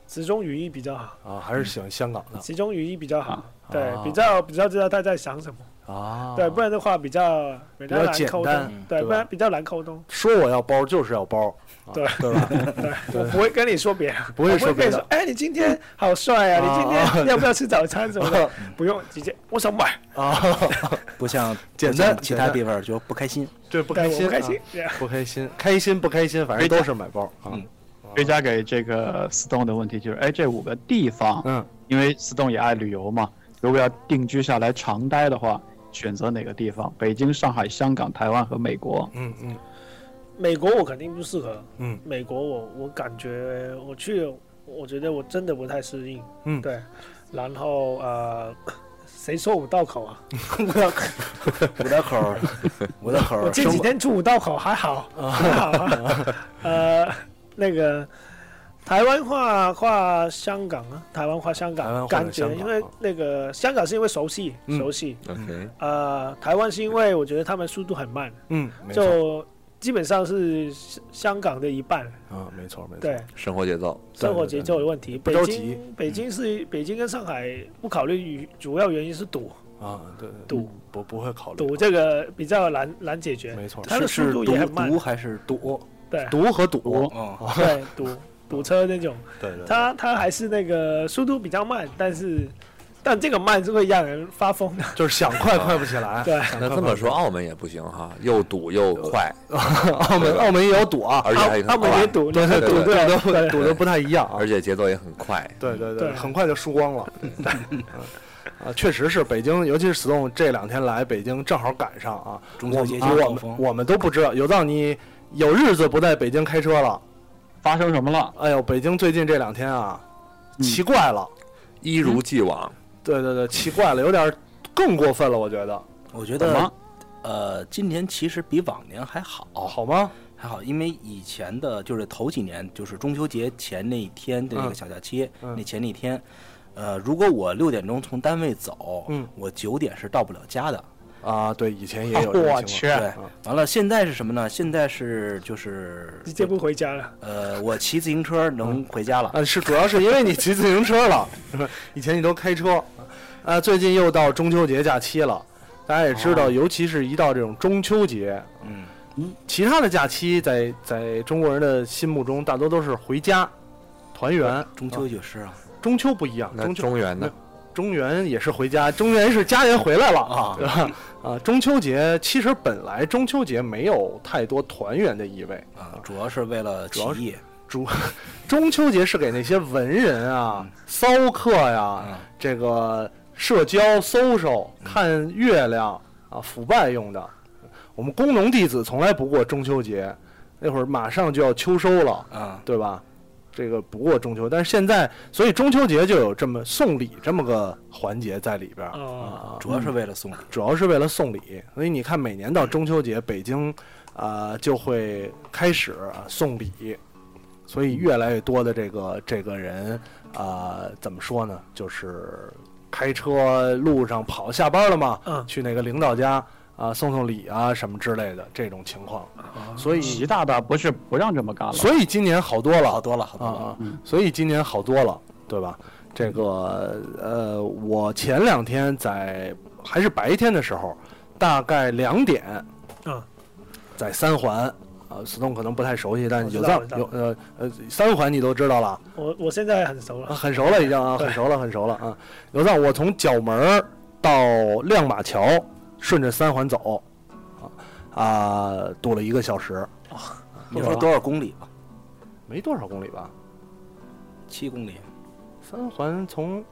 始终如一比较好，
啊？还是喜欢香港的
始终如一比较好。
啊
对，比较比较知道他在想什么。
啊？
对，不然的话比较
比
比
较
难
简
沟
单
通。对，
对吧
不然比较难沟通。
说我要包就是要包，啊
对
对吧？
我不会跟你说别人，
不会
我
说
跟
别
你说
的，，哦
哎，你今天好帅啊！你今天要不要吃早餐什么 的？不用，直接我想买，
不像
简
不
单
像其他
简单
地方就不开心。
对，哎不
对，
开
我
心，
不开心。对
啊，不开心，开心不开心，反正都是买包啊。
追加给这个 Stone 的问题就是，哎，这五个地方，
嗯，
因为 Stone 也爱旅游嘛，如果要定居下来长待的话，选择哪个地方？北京、上海、香港、台湾和美国。
嗯嗯
美国我肯定不适合。
嗯，
美国我我感觉我去，我觉得我真的不太适应。
嗯
对。然后呃，谁说五道口啊？
五道口儿，五道口
我
儿
这
生
几
活，
天住五道口还好，还好啊。呃，那个台湾话跨香港啊，台湾跨香
台湾
港，
话
感
的香
觉
港
因为
啊
那个香港是因为熟悉，
嗯
熟悉。
OK，
呃，台湾是因为我觉得他们速度很慢，
嗯，没错
就基本上是香香港的一半。
啊，没错没错，
对，
生活节奏，
生活节奏的问题。
不
北
着急嗯
京，北京是北京跟上海不考虑，主要原因是堵，
啊，对
堵
不不会考虑
堵这个比较难难解决。
没错，
它的
是
速
是
度
毒
也很慢
毒还是毒？
对
毒和赌，
哦，
对，堵堵车那种，
对对，
它它还是那个速度比较慢，但是但这个慢是会让人发疯的。
就是想快快不起来。
对
想快快
那这
不
么
起
说澳门也不行哈，又堵又快，
来，澳门澳门也有赌啊，
而且还很
澳门也
快，
堵，
对
两个
对
堵
赌的
对对
赌的不太一样啊
而。且节奏也很快。
对对
对
很快就输光了。嗯啊，确实是北京，尤其是 Stone 这两天来北京，正好赶上啊。
中秋节
我
气
们啊我
高
们
峰，
我们都不知道，有道你有日子不在北京开车了。
发生什么了？
哎呦，北京最近这两天啊，
嗯
奇怪了。
一
嗯
如既往，
对对对，奇怪了，有点更过分了，我觉得。
我觉
怎
得
么？
呃，今年其实比往年还好，
好吗？
还好，因为以前的就是头几年，就是中秋节前那一天的那
嗯
个小假期，
嗯
那前那天，呃，如果我六点钟从单位走，
嗯
我九点是到不了家的。
啊，对，以前也有 这种情
我
况。
去，
对，完了，现在是什么呢？现在是就是
直接不回家了。
呃，我骑自行车能回家了。
啊，是主要是因为你骑自行车了， 是吧以前你都开车，啊，最近又到中秋节假期了，大家也知道，尤其是一到这种中秋节，
嗯，
其他的假期在在中国人的心目中大多都是回家、团圆，
中秋就是啊，
中秋不一样，
那
中秋
中原呢？
中原也是回家，中原是家人回来了
啊
对吧？啊，中秋节其实本来中秋节没有太多团圆的意味，
啊，主要是为了
主
起
要是啊
义。
中秋节是给那些文人啊、骚客呀、
嗯
这个社交、social、看月亮啊、腐败用的。我们工农弟子从来不过中秋节，那会儿马上就要秋收了，
啊，
对吧？这个不过中秋，但是现在，所以中秋节就有这么送礼这么个环节在里边儿、
哦
啊，
主要是为了送礼。
主要是为了送礼。所以你看，每年到中秋节，北京啊、呃就会开始啊送礼，所以越来越多的这个这个人啊、呃怎么说呢？就是开车路上跑，下班了嘛，
嗯
去那个领导家啊、送送礼啊什么之类的这种情况。所
习
以
大大不是不让这么干了？
所以今年好多了，
好多了，好
啊
多了。
啊
嗯，
所以今年好多了，对吧？这个呃，我前两天在还是白天的时候，大概两点，
嗯，
在三环啊，死洞可能不太熟悉，但
我知
有
道
藏
我知道
有呃呃，三环你都知道了，
我我现在很熟
啊
了，
很熟了已经啊，
对
很熟了，很熟了啊。有藏，我从角门儿到亮马桥，顺着三环走，啊啊，堵了一个小时。
你说多少公里吧？
没多少公里吧？
七公里，
三环从，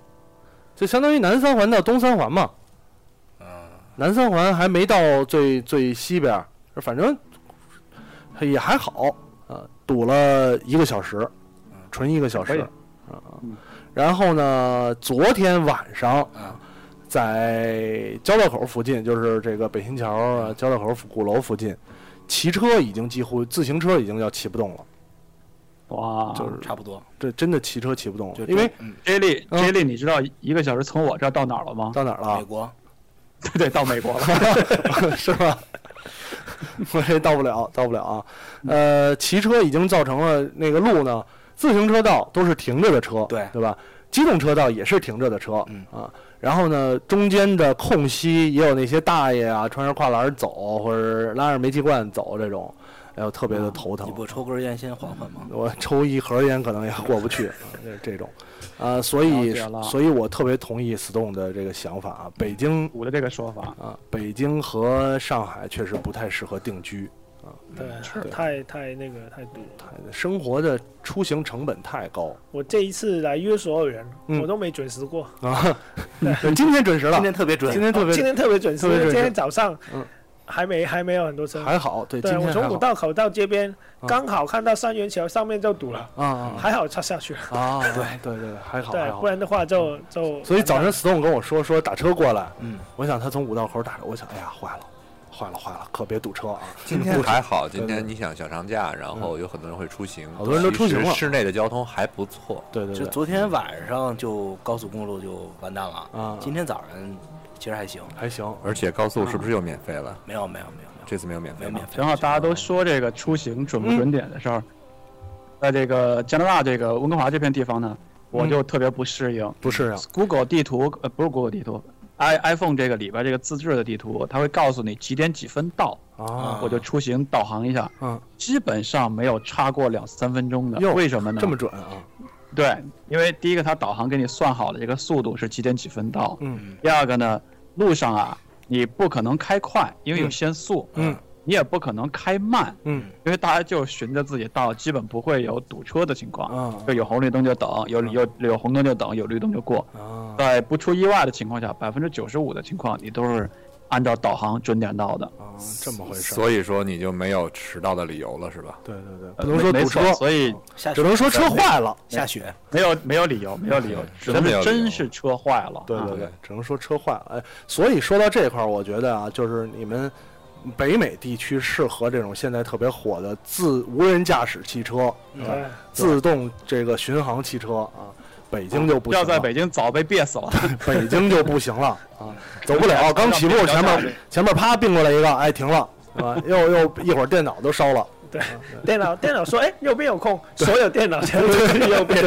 就相当于南三环到东三环嘛。南三环还没到最最西边儿，反正也还好啊、堵了一个小时，纯一个小时
可以
啊。然后呢，昨天晚上
啊
在交道口附近，就是这个北新桥啊交道口鼓楼附近，骑车已经几乎自行车已经要骑不动了，
哇，
就是
差不多。
这真的骑车骑不动了
就，
因为
嗯，
J 莉
嗯
J 莉，你知道一个小时从我这儿到哪儿了吗？
到哪儿了
美？国
对对，到美国了。
是吧？我这到不了，到不了啊。呃，骑车已经造成了那个路呢，自行车道都是停着的车，
对
对吧？机动车道也是停着的车，
嗯
啊。然后呢，中间的空隙也有那些大爷啊，穿着跨栏走，或者拉着煤气罐走这种，哎呦，特别的头疼
啊你。不抽根烟先缓缓吗？
我抽一盒烟可能也过不去，啊就是这种，啊，所以
了解了
所以我特别同意 Stone 的这个想法啊，北京
我的这个说法，
啊，北京和上海确实不太适合定居，哎
对，太太那个太堵了。
生活的出行成本太高
我这一次来约所有人，
嗯
我都没准时过。
啊。 今天准时了，
今天特别准，
今天特别
今天特别准时，
特别准时
今天早上
嗯
还没还没有很多车。
还好，对，今
对，
天
我从
还好
五道口到街边，
啊
刚好看到三元桥上面就堵了，
啊啊
还好插下去了。
啊啊，对对对，还好还
对，
好
不。然的话就就。
所以早晨 Stone 跟我说说打车过来，
嗯，
我想他从五道口打车，我想哎呀坏了，坏了坏了，可别堵车啊。
今天还好，今
对对嗯
天你想小长假，然后有很多人会出行，
好多人都出行了
其实室内的交通还不错。
对对
就
对，
昨天晚上就高速公路就完蛋了，
啊
今天早上其实还行，
还行，
而且高速是不是又免费了？
嗯
没有没有没有没有
这次没有免
没
费
有
吗
免？费，
正好大家都说这个出行准不准点的
嗯
事儿，在这个加拿大这个温哥华这片地方呢，我就特别不适应。
不是啊，
Google 地图呃不是 Google 地图，i iPhone 这个里边这个自制的地图，它会告诉你几点几分到，
啊，
我就出行导航一下，
嗯，
基本上没有差过两三分钟的
哟。
为什么呢？
这么准啊，
对，因为第一个它导航给你算好的这个速度是几点几分到，
嗯，
第二个呢，路上啊你不可能开快，因为有限速，
嗯嗯，
你也不可能开慢，
嗯
因为大家就循着自己道，基本不会有堵车的情况，
啊
就有红绿灯就等，有有有红灯就等，有绿灯就过，
啊，
在不出意外的情况下，百分之九十五的情况你都是按照导航准点到的。
啊这么回事儿，
所以说你就没有迟到的理由了，是吧？
对对对，
呃
不能啊说
没
堵
没错
车，哦
所以
下雪
只能说车坏了，
下雪，
没有没有理由，没有理由，只能
真没有
是
理由
真是车坏了。
对
啊
对对
对，
只能说车坏了。哎，所以说到这块儿，我觉得啊，就是你们北美地区适合这种现在特别火的自无人驾驶汽车、
对，
自动这个巡航汽车啊。北京就不行
要
了，
在北京早被憋死了。
北京就不行 了啊，走不了。刚起步，前面前面啪并过来一个，哎，停了，啊，又又一会儿电脑都烧了，
电脑电脑说，哎，右边有空，所有电脑全都是右边。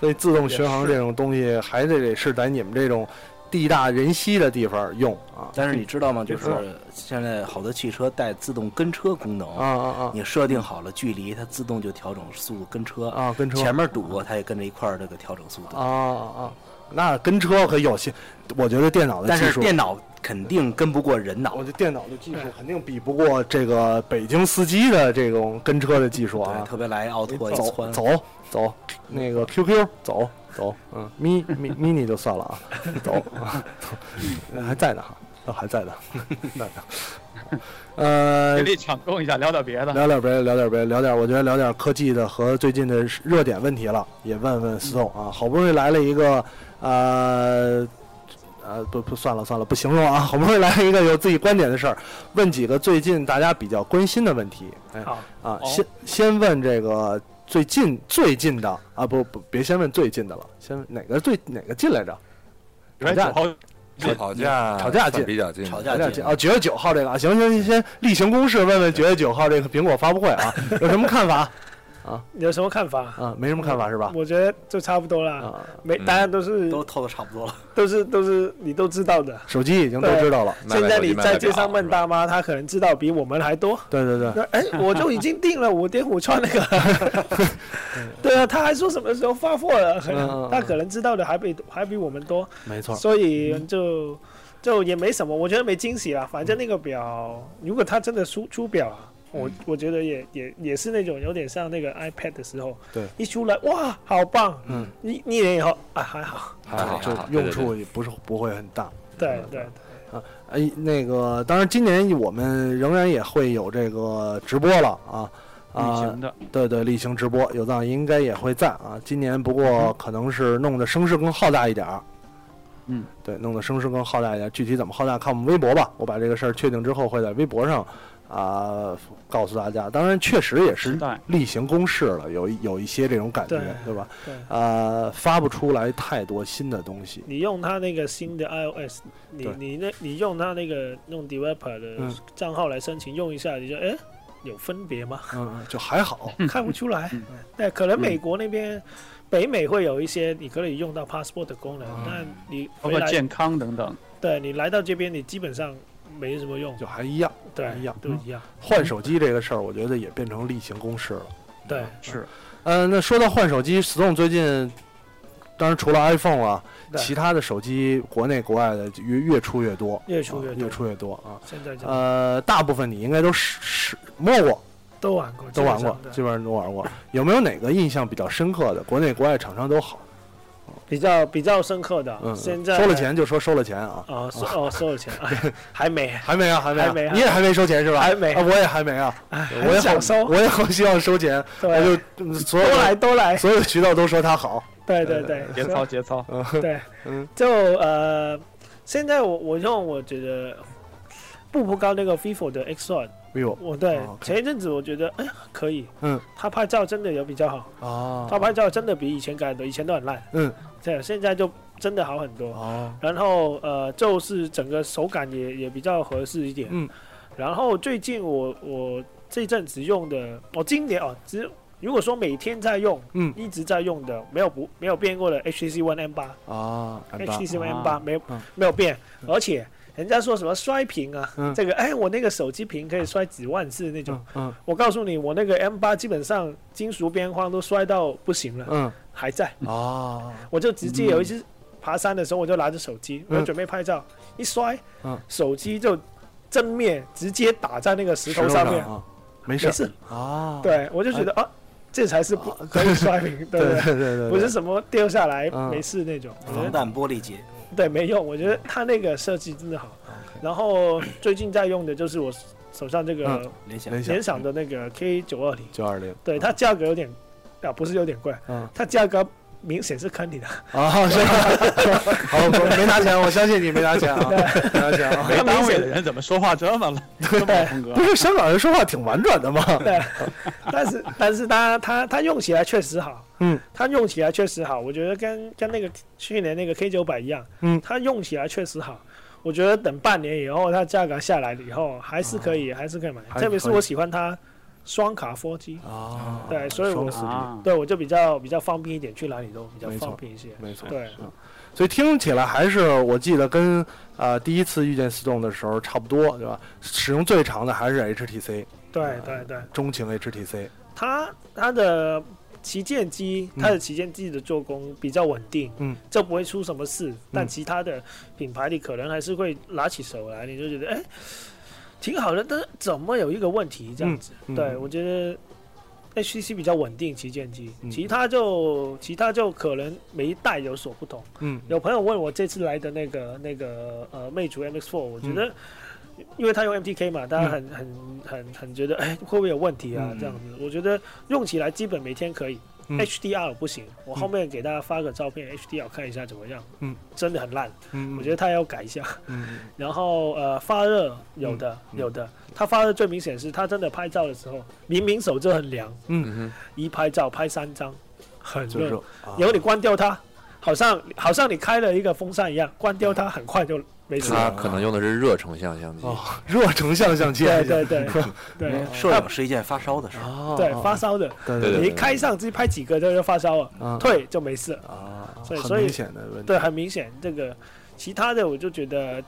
所以自动巡航这种东西还得得是在你们这种地大人稀的地方用啊
但是你知道吗？就是现在好多汽车带自动跟车功能，
啊啊
你设定好了距离，它自动就调整速度跟车
啊，啊！跟车
前面堵它也跟着一块儿这个调整速度。
啊啊！那跟车可有些，我觉得电脑的
但
技
是
术，
电脑肯定跟不过人脑
我，觉得电脑的技术肯定比不过这个北京司机的这种跟车的技术
对，
啊。
特别来奥拓一
走
窜，
走走，那个 QQ 走走，嗯，咪咪 mini 就算了 啊，走啊，走还在呢哈，哦还在呢， 呃在呢。呃
给，力抢攻一下，聊点别的。
聊点别的，聊点别的，聊点我觉得聊点科技的和最近的热点问题了，也问问 Stone 啊，好不容易来了一个，呃，呃，不不算了算了，不形容啊，好不容易来了一个有自己观点的事儿，问几个最近大家比较关心的问题，哎
好，
啊，先先问这个最近最近的啊，不不，别先问最近的了，先问哪个最哪个近来着？
九月九号
吵架
吵架
算
近
比较近，
吵架
有点
近
近啊，九月九号这个啊，行行行，先例行公事问问九月九号这个苹果发布会啊，有什么看法？
你有什么看法？
啊，没什么看法是吧？
我觉得就差不多啦，
啊，
没，大家都是
都透的差不多了。
都是都是你都知道的。
手机已经都知道了。
卖
现
卖
在
手机
你
卖
在
卖
街
表
上问
是吧
大妈，她可能知道比我们 还多。
对对对，
那哎，我就已经订了五点五寸那个， 对啊，他还说什么时候发货了，可
嗯嗯
能他可能知道的还比还比我们多，
没错。
所以
嗯
就就也没什么，我觉得没惊喜啦。反正那个表，如果他真的出出表啊，
嗯
我我觉得也也也是那种有点像那个 iPad 的时候，
对，
一出来哇，好棒，
嗯，
一一年以后啊 还好，
还好，就
还哎好对
用
对
处也不是不会很大。
对对
哎，那个，当然今年我们仍然也会有这个直播了啊
旅
啊
行，的，
对对，例行直播，有藏应该也会在啊。今年不过可能是弄的声势更浩大一点儿。
嗯，
对，弄的声势更浩大一点儿。具体怎么浩大，看我们微博吧。我把这个事儿确定之后，会在微博上啊、告诉大家。当然，确实也
时
是
代，
例行公事了，有一有一些这种感觉，
对
对吧？
对，
呃，发不出来太多新的东西。
你用它那个新的 iOS，你
对
你那你用它那个用 developer 的
嗯
账号来申请用一下，你就哎有分别吗？
嗯，嗯就还好。
看不出来
嗯。
那可能美国那边、北美会有一些你可以用到 passport 的功
哦
能，但你
包
回
括
来，
健康等等，
对你来到这边，你基本上没什么用。
就还一样，
对
一样，嗯
都一样。
换手机这个事儿，我觉得也变成例行公事了。
对，
是
嗯，那说到换手机，Stone 最近，当然除了 iPhone 啊，
对
其他的手机国内国外的就越越出越多，
越出越
啊
多
越出越多啊。
现在就
呃，大部分你应该都试试摸过，
都玩过，
都玩过
基本，上
基
对
本上都玩过。有没有哪个印象比较深刻的？国内国外厂商都好，
比较比较深刻的。
嗯，
现在
收了钱就说收了钱啊，
啊，收哦收了钱，哎还没。
还没啊，还没啊，
还没啊
你也还没收钱是吧？
还没
啊，我也还没啊，我也好
很想收
我也好希望收 钱，我
对，
就嗯所有
都
的
来都来。
所有的渠道都说他好，
对对对，
节
是
操节操，
对
嗯，
就呃，现在我我用我觉得步步高那个 vivo 的 X One。
哎呦
我对
哦，OK
前一阵子我觉得，哎呀，可以，
嗯，
他拍照真的有比较好，
啊
他拍照真的比以前感动，以前都很烂，
嗯，
对，现在就真的好很多。
哦，
然后呃，就是整个手感也也比较合适一点，
嗯。
然后最近我我这阵子用的，我今年哦，只如果说每天在用，
嗯
一直在用的，没有不没有变过的 HTC One M 八
啊，安巴
，HTC One M 八
啊
没有
嗯
没有变，而且人家说什么摔屏啊
嗯，
这个哎，我那个手机屏可以摔几万次那种。
嗯嗯
我告诉你，我那个 M 八基本上金属边框都摔到不行了，
嗯
还在。
啊，
我就直接有一次爬山的时候，我就拿着手机，
嗯
我准备拍照，一摔
嗯，
手机就正面直接打在那个石头上面，
啊，没事
没事。
啊，
对，我就觉得啊，这才是不可以摔 平，对
哦对
不
对
对？
对对，
不是什么掉下来
嗯哦
没事那种，我觉
防
得
弹玻璃节，
对没用。我觉得它那个设计真的好。
哦
然后最近在用的就是我手上这个
嗯
联想
联想
联想的那个 K 九二零，
九二零，
对它价格有点啊，不是有点贵，
嗯
它价格明显是坑你的，
啊，是吧 好，我没拿钱，我相信你没拿钱啊，没拿钱啊，
没单位的人怎么说话这么这么风格
不？是香港人说话挺婉转的吗？
但是但是它它它用起来确实好，
嗯，
它用起来确实好，我觉得跟跟那个去年那个 K 九百一样，
嗯
它用起来确实好。我觉得等半年以后，它价格下来了以后，还是可以，还是可以买。
哦还
特别是
可以
我喜欢它双卡 4G，
啊
对所以我
双四 G，
啊，
对我就比较比较方便一点，去哪里都比较
没错
方便一些。
没错，
对，
所以听起来还是我记得跟呃第一次遇见 Stone 的时候差不多，对吧？使用最长的还是 HTC，
对对对，
中型 HTC，
它它的旗舰机，
嗯
它的旗舰机的做工比较稳定，
嗯，
这不会出什么事。但其他的品牌你可能还是会拿起手来，你就觉得哎，挺好的，但是怎么有一个问题这样子？
嗯嗯
对我觉得。HTC 比较稳定旗舰机，
嗯
其他就其他就可能每一代有所不同。
嗯
有朋友问我这次来的那个那个呃魅族 MX4，我
嗯
觉得、因为它用 MTK 嘛，大家很、很很很觉得哎会不会有问题啊、
嗯
这样子？我觉得用起来基本每天可以、
嗯
h d r 不行，我后面给大家发个照片、HDR 看一下怎么样。
嗯，
真的很烂，
嗯
我觉得它要改一下。
嗯
然后呃发热有的、
嗯
有的，它发热最明显是它真的拍照的时候，明明手就很凉，
嗯
一拍照拍三张，很
就
热。
是啊
然后你关掉它，好像好像你开了一个风扇一样，关掉它很快就没
哼，
事
他
了。
可能用的是热成像相机，
嗯哦热成像相机，
对对对
因
对
为摄影是一件发烧的事儿。
啊，
对，发烧的，
对
对
你一开相机拍几个就就发烧了，
啊
退就没事了。
啊，
所以
很
所以
明显的问题，
对，很明显这个，其他的我就觉得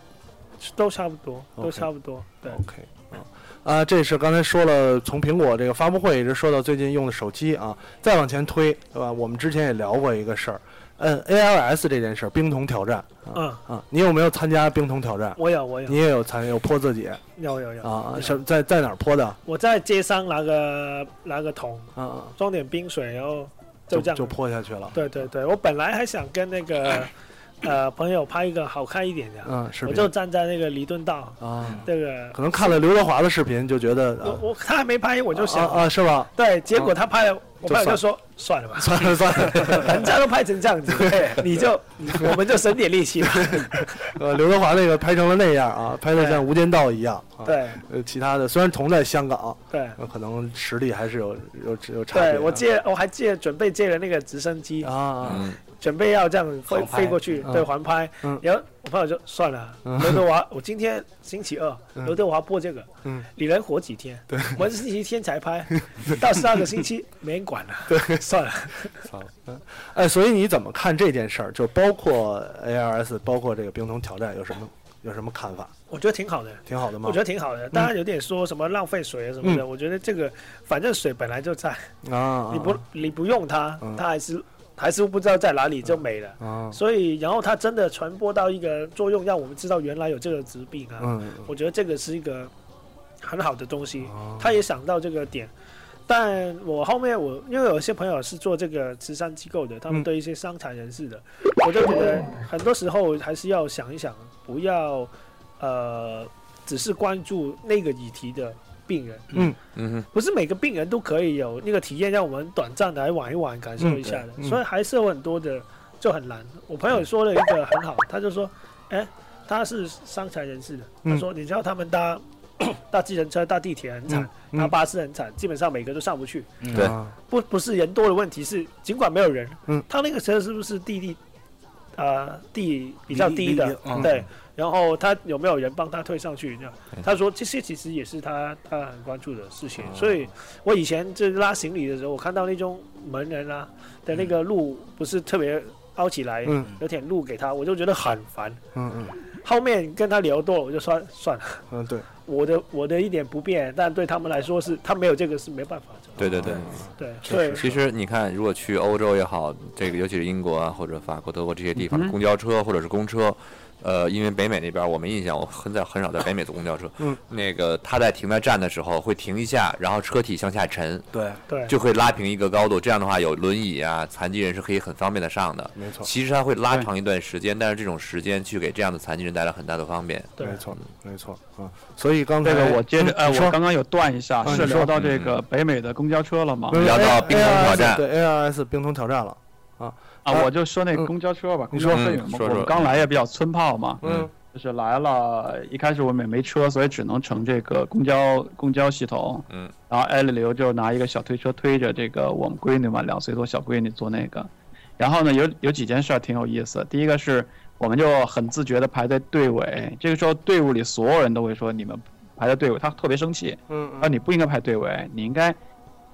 都差不多，都
OK
差不多。对
OK，啊啊，这是刚才说了，从苹果这个发布会一直说到最近用的手机啊，再往前推，对吧？我们之前也聊过一个事儿，嗯 ALS 这件事儿，冰桶挑战啊
嗯，
啊，你有没有参加冰桶挑战？
我有我有
你也有参有泼自己
有有有
啊？
有
什么在在哪儿泼的？啊
我在街上拿个拿个桶，
啊，
装点冰水，然后
就
就这样
就泼下去了。
对对对，我本来还想跟那个 呃朋友拍一个好看一点的，
嗯，视
我
频
就站在那个弥敦道
啊，
这个，
可能看了刘德华的视频就觉得
我
啊
我 他还没拍，我就
啊
想，
啊是吧？
对，结果他拍了，我
就
朋友
算
就说算了 吧，
算了算了，
人家都拍成这 样子，你就我们就省点力气吧。
呃，刘德华那个拍成了那样啊，拍的像《无间道》一样啊。
对
呃，其他的虽然同在香港，
对
呃可能实力还是有有有差别的。
对，我借我还借准备借了那个直升机，
啊，
嗯，
准备要这样飞
航拍
飞过去，
嗯
对，环拍
嗯。
然后我朋友就算了，刘德华，我今天星期二，
嗯
刘德华播这个
嗯，
你能活几天？我们是星期天 才拍，到下个星期没人管了，算了。
哎，所以你怎么看这件事儿？就包括 ALS，包括这个冰桶挑战，有什么有什么看法？
我觉得挺好的，
挺好的吗？
我觉得挺好的。当
嗯
然有点说什么浪费水啊什么的，我觉得这个反正水本来就在，
得嗯啊，
你不你不用它
嗯，
它还是还是不知道在哪里就没了。
啊，
所以，然后它真的传播到一个作用，让我们知道原来有这个疾病啊。
嗯，
我觉得这个是一个很好的东西。
哦
他也想到这个点，但我后面我因为有些朋友是做这个慈善机构的，他们
嗯
对一些伤残人士的，我就觉得很多时候还是要想一想，不要呃只是关注那个议题的病人，
嗯哼，
不是每个病人都可以有那个体验，让我们短暂的来玩一玩，感受一下的，
嗯对
所以还是有很多的就很难。我朋友说了一个很好，他就说，哎，他是伤残人士的，
嗯
他说你知道他们搭 搭计程车、搭地铁很惨，
嗯嗯
搭巴士很惨，基本上每个都上不去。
对
嗯
啊
不不是人多的问题，是尽管没有人，
嗯
他那个车是不是地地呃地比较低
离离
的
离，嗯
对，然后他有没有人帮他推上去？这样
对，
他说这些其实也是他他很关注的事情
哦。
所以我以前就是拉行李的时候，我看到那种门人啊的那个路不是特别凹起来，
嗯
有点路给他，我就觉得很烦。
嗯嗯
后面跟他聊多了，我就说算了，
嗯，对，
我的我的一点不便，但对他们来说是他没有这个是没办法的。
对对
哦
对。
对对
其嗯实你看，如果去欧洲也好，这个尤其是英国啊，或者法国、德国这些地
嗯
方，公交车或者是公车，呃，因为北美那边我没印象，我很在很少在北美坐公交车。
嗯，
那个它在停在站的时候会停一下，然后车体向下沉，
对，
对，
就会拉平一个高度。这样的话，有轮椅啊、残疾人是可以很方便的上的。
没错，
其实它会拉长一段时间，但是这种时间去给这样的残疾人带来很大的方便。
对
没错，没错啊。所以刚才
这个我接着，
嗯
呃，
你
我
说
刚刚有断一下，
啊
是
你说
聊到
嗯
这个北美的公交车了吗？
没有
聊到
A-
冰桶挑战
ALS 对 ALS 冰桶挑战了，
啊，
啊
我就说那
嗯
个公交车吧。
你
公
说
交车
嗯
有什么？
说
我
说
们刚来也比较村炮嘛，
嗯
就是来了，一开始我们也没车，所以只能乘这个公交公交系统。
嗯，
然后艾丽刘就拿一个小推车推着这个我们闺女嘛，两岁多小闺女坐那个。然后呢，有有几件事儿挺有意思。第一个是，我们就很自觉的排在队尾，这个时候队伍里所有人都会说你们排在队尾，他特别生气。
嗯
啊，你不应该排队尾，你应该，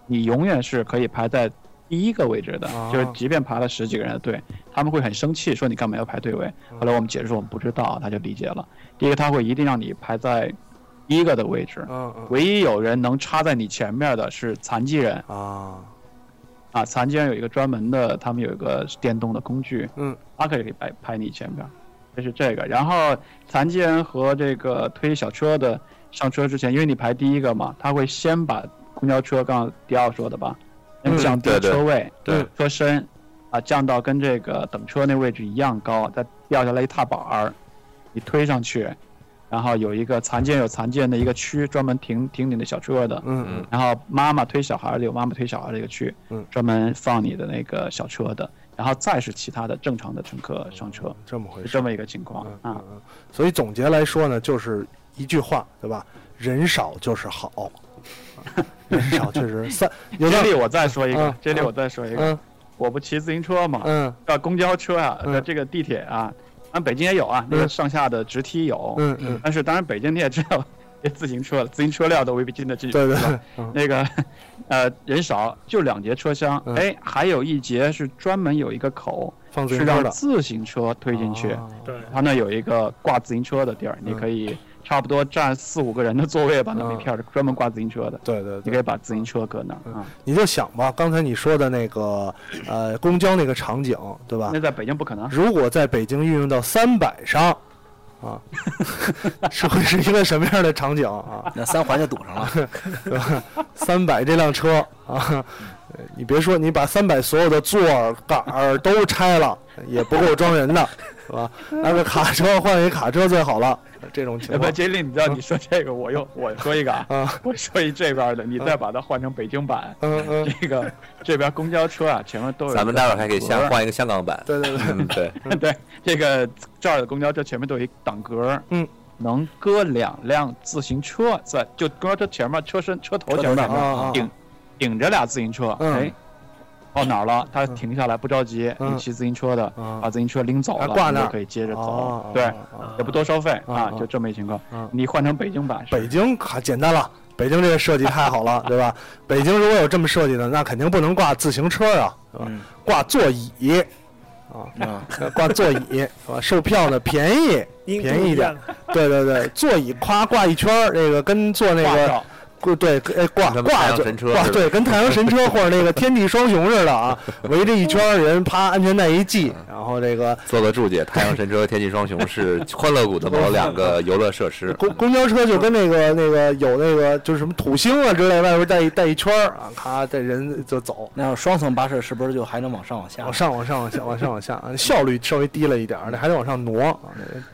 你永远是可以排在第一个位置的，
哦
就是即便排了十几个人的队，他们会很生气，说你干嘛要排队尾。
嗯
后来我们解释说我们不知道，他就理解了。第一个他会一定让你排在第一个的位置，
嗯嗯
唯一有人能插在你前面的是残疾人
啊，
啊，残疾人有一个专门的，他们有一个电动的工具，
嗯，
他可以排排你前边，这是这个。然后残疾人和这个推小车的上车之前，因为你排第一个嘛，他会先把公交车，刚刚迪奥说的吧，先
嗯
降低
对对
车位、
对
车身，啊，降到跟这个等车那位置一样高，再掉下来一踏板儿，你推上去，然后有一个残疾人有残疾人的一个区，专门停停你的小车的，
嗯嗯
嗯
然后妈妈推小孩儿的有妈妈推小孩儿的一个区，
嗯
专门放你的那个小车的，然后再是其他的正常的乘客上车，
这么回
是
事。
这么一个情况
嗯
啊
嗯。嗯，所以总结来说呢，就是一句话，对吧？人少就是好，人少确实三有
这
道
里
理。
我再说一个
嗯，
这里我再说一个，
嗯
我不骑自行车嘛，
嗯
到公交车啊，
嗯
在这个地铁啊，咱北京也有啊，那个
嗯
上下的直梯有，
嗯嗯，
但是当然北京你也知道，这自行车自行车料都未必进得进去，
对对
是吧
对，嗯
那个，呃，人少就两节车厢
嗯，
哎，还有一节是专门有一个口，
放自
是
行车
让
的
自行车推进去。
啊
对
它那有一个挂自行车的地儿，
嗯
你可以差不多占四五个人的座位吧，那一片儿专门挂自行车的。
对对，
你可以把自行车搁那儿啊。
你就想吧，刚才你说的那个呃公交那个场景，对吧
那？在北京不可能。
如果在北京运用到三百上，啊， 是会是一个什么样的场景啊？
那三环就堵上了。
对吧？三百这辆车啊，呃你别说，你把三百所有的座儿、杆儿都拆了，也不够装人的，是吧？那个卡车换一卡车最好了，这种情
哎不，
况
杰林，你知道你说这个，我又我说一个啊，
啊，
我说一这边的，你再把它换成北京版，
嗯嗯，
这个这边公交车啊，前面都有一个。
咱们待会儿还可以下换一个香港版。
对 对对，
嗯，对，
对，这个这儿的公交车前面都有一挡格，
嗯，
能搁两辆自行车在，就公交车前面车身车头前面
啊啊，
顶顶着俩自行车，
嗯
哎，到哪儿了？他停下来不着急，
嗯
你骑自行车的
啊
把自行车拎走
啊
了，
挂
你
那
就
儿
可以接着
哦
走，对，
哦
也不多收费
啊
啊
啊，
就这么一情况
啊。
你换成北京版是
北京可简单了，北京这个设计太好了，对吧？北京如果有这么设计的，那肯定不能挂自行车啊，对吧？
嗯
挂座椅啊，
啊，
挂座椅是吧？售票呢便宜，
印度
便宜一点
样，
对对对，座椅夸挂一圈儿，这个跟坐那
挂
个
照，
对对，哎挂
跟他们太
挂
阳
着
神车
挂
似的
对，跟太阳神车或者那个天地双雄似的 啊，围着一圈儿人，啪安全带一系，
嗯
然后这个
做个注解，太阳神车和天际双雄是欢乐谷的某两个游乐 设施。
公公交车就跟那个那个有那个就是什么土星啊之类，外边带一带一圈儿啊，咔带人就走，
那要双层巴士是不是就还能往上往下
往？上往上往下往上往下， 啊效率稍微低了一点儿，那还得往上挪啊，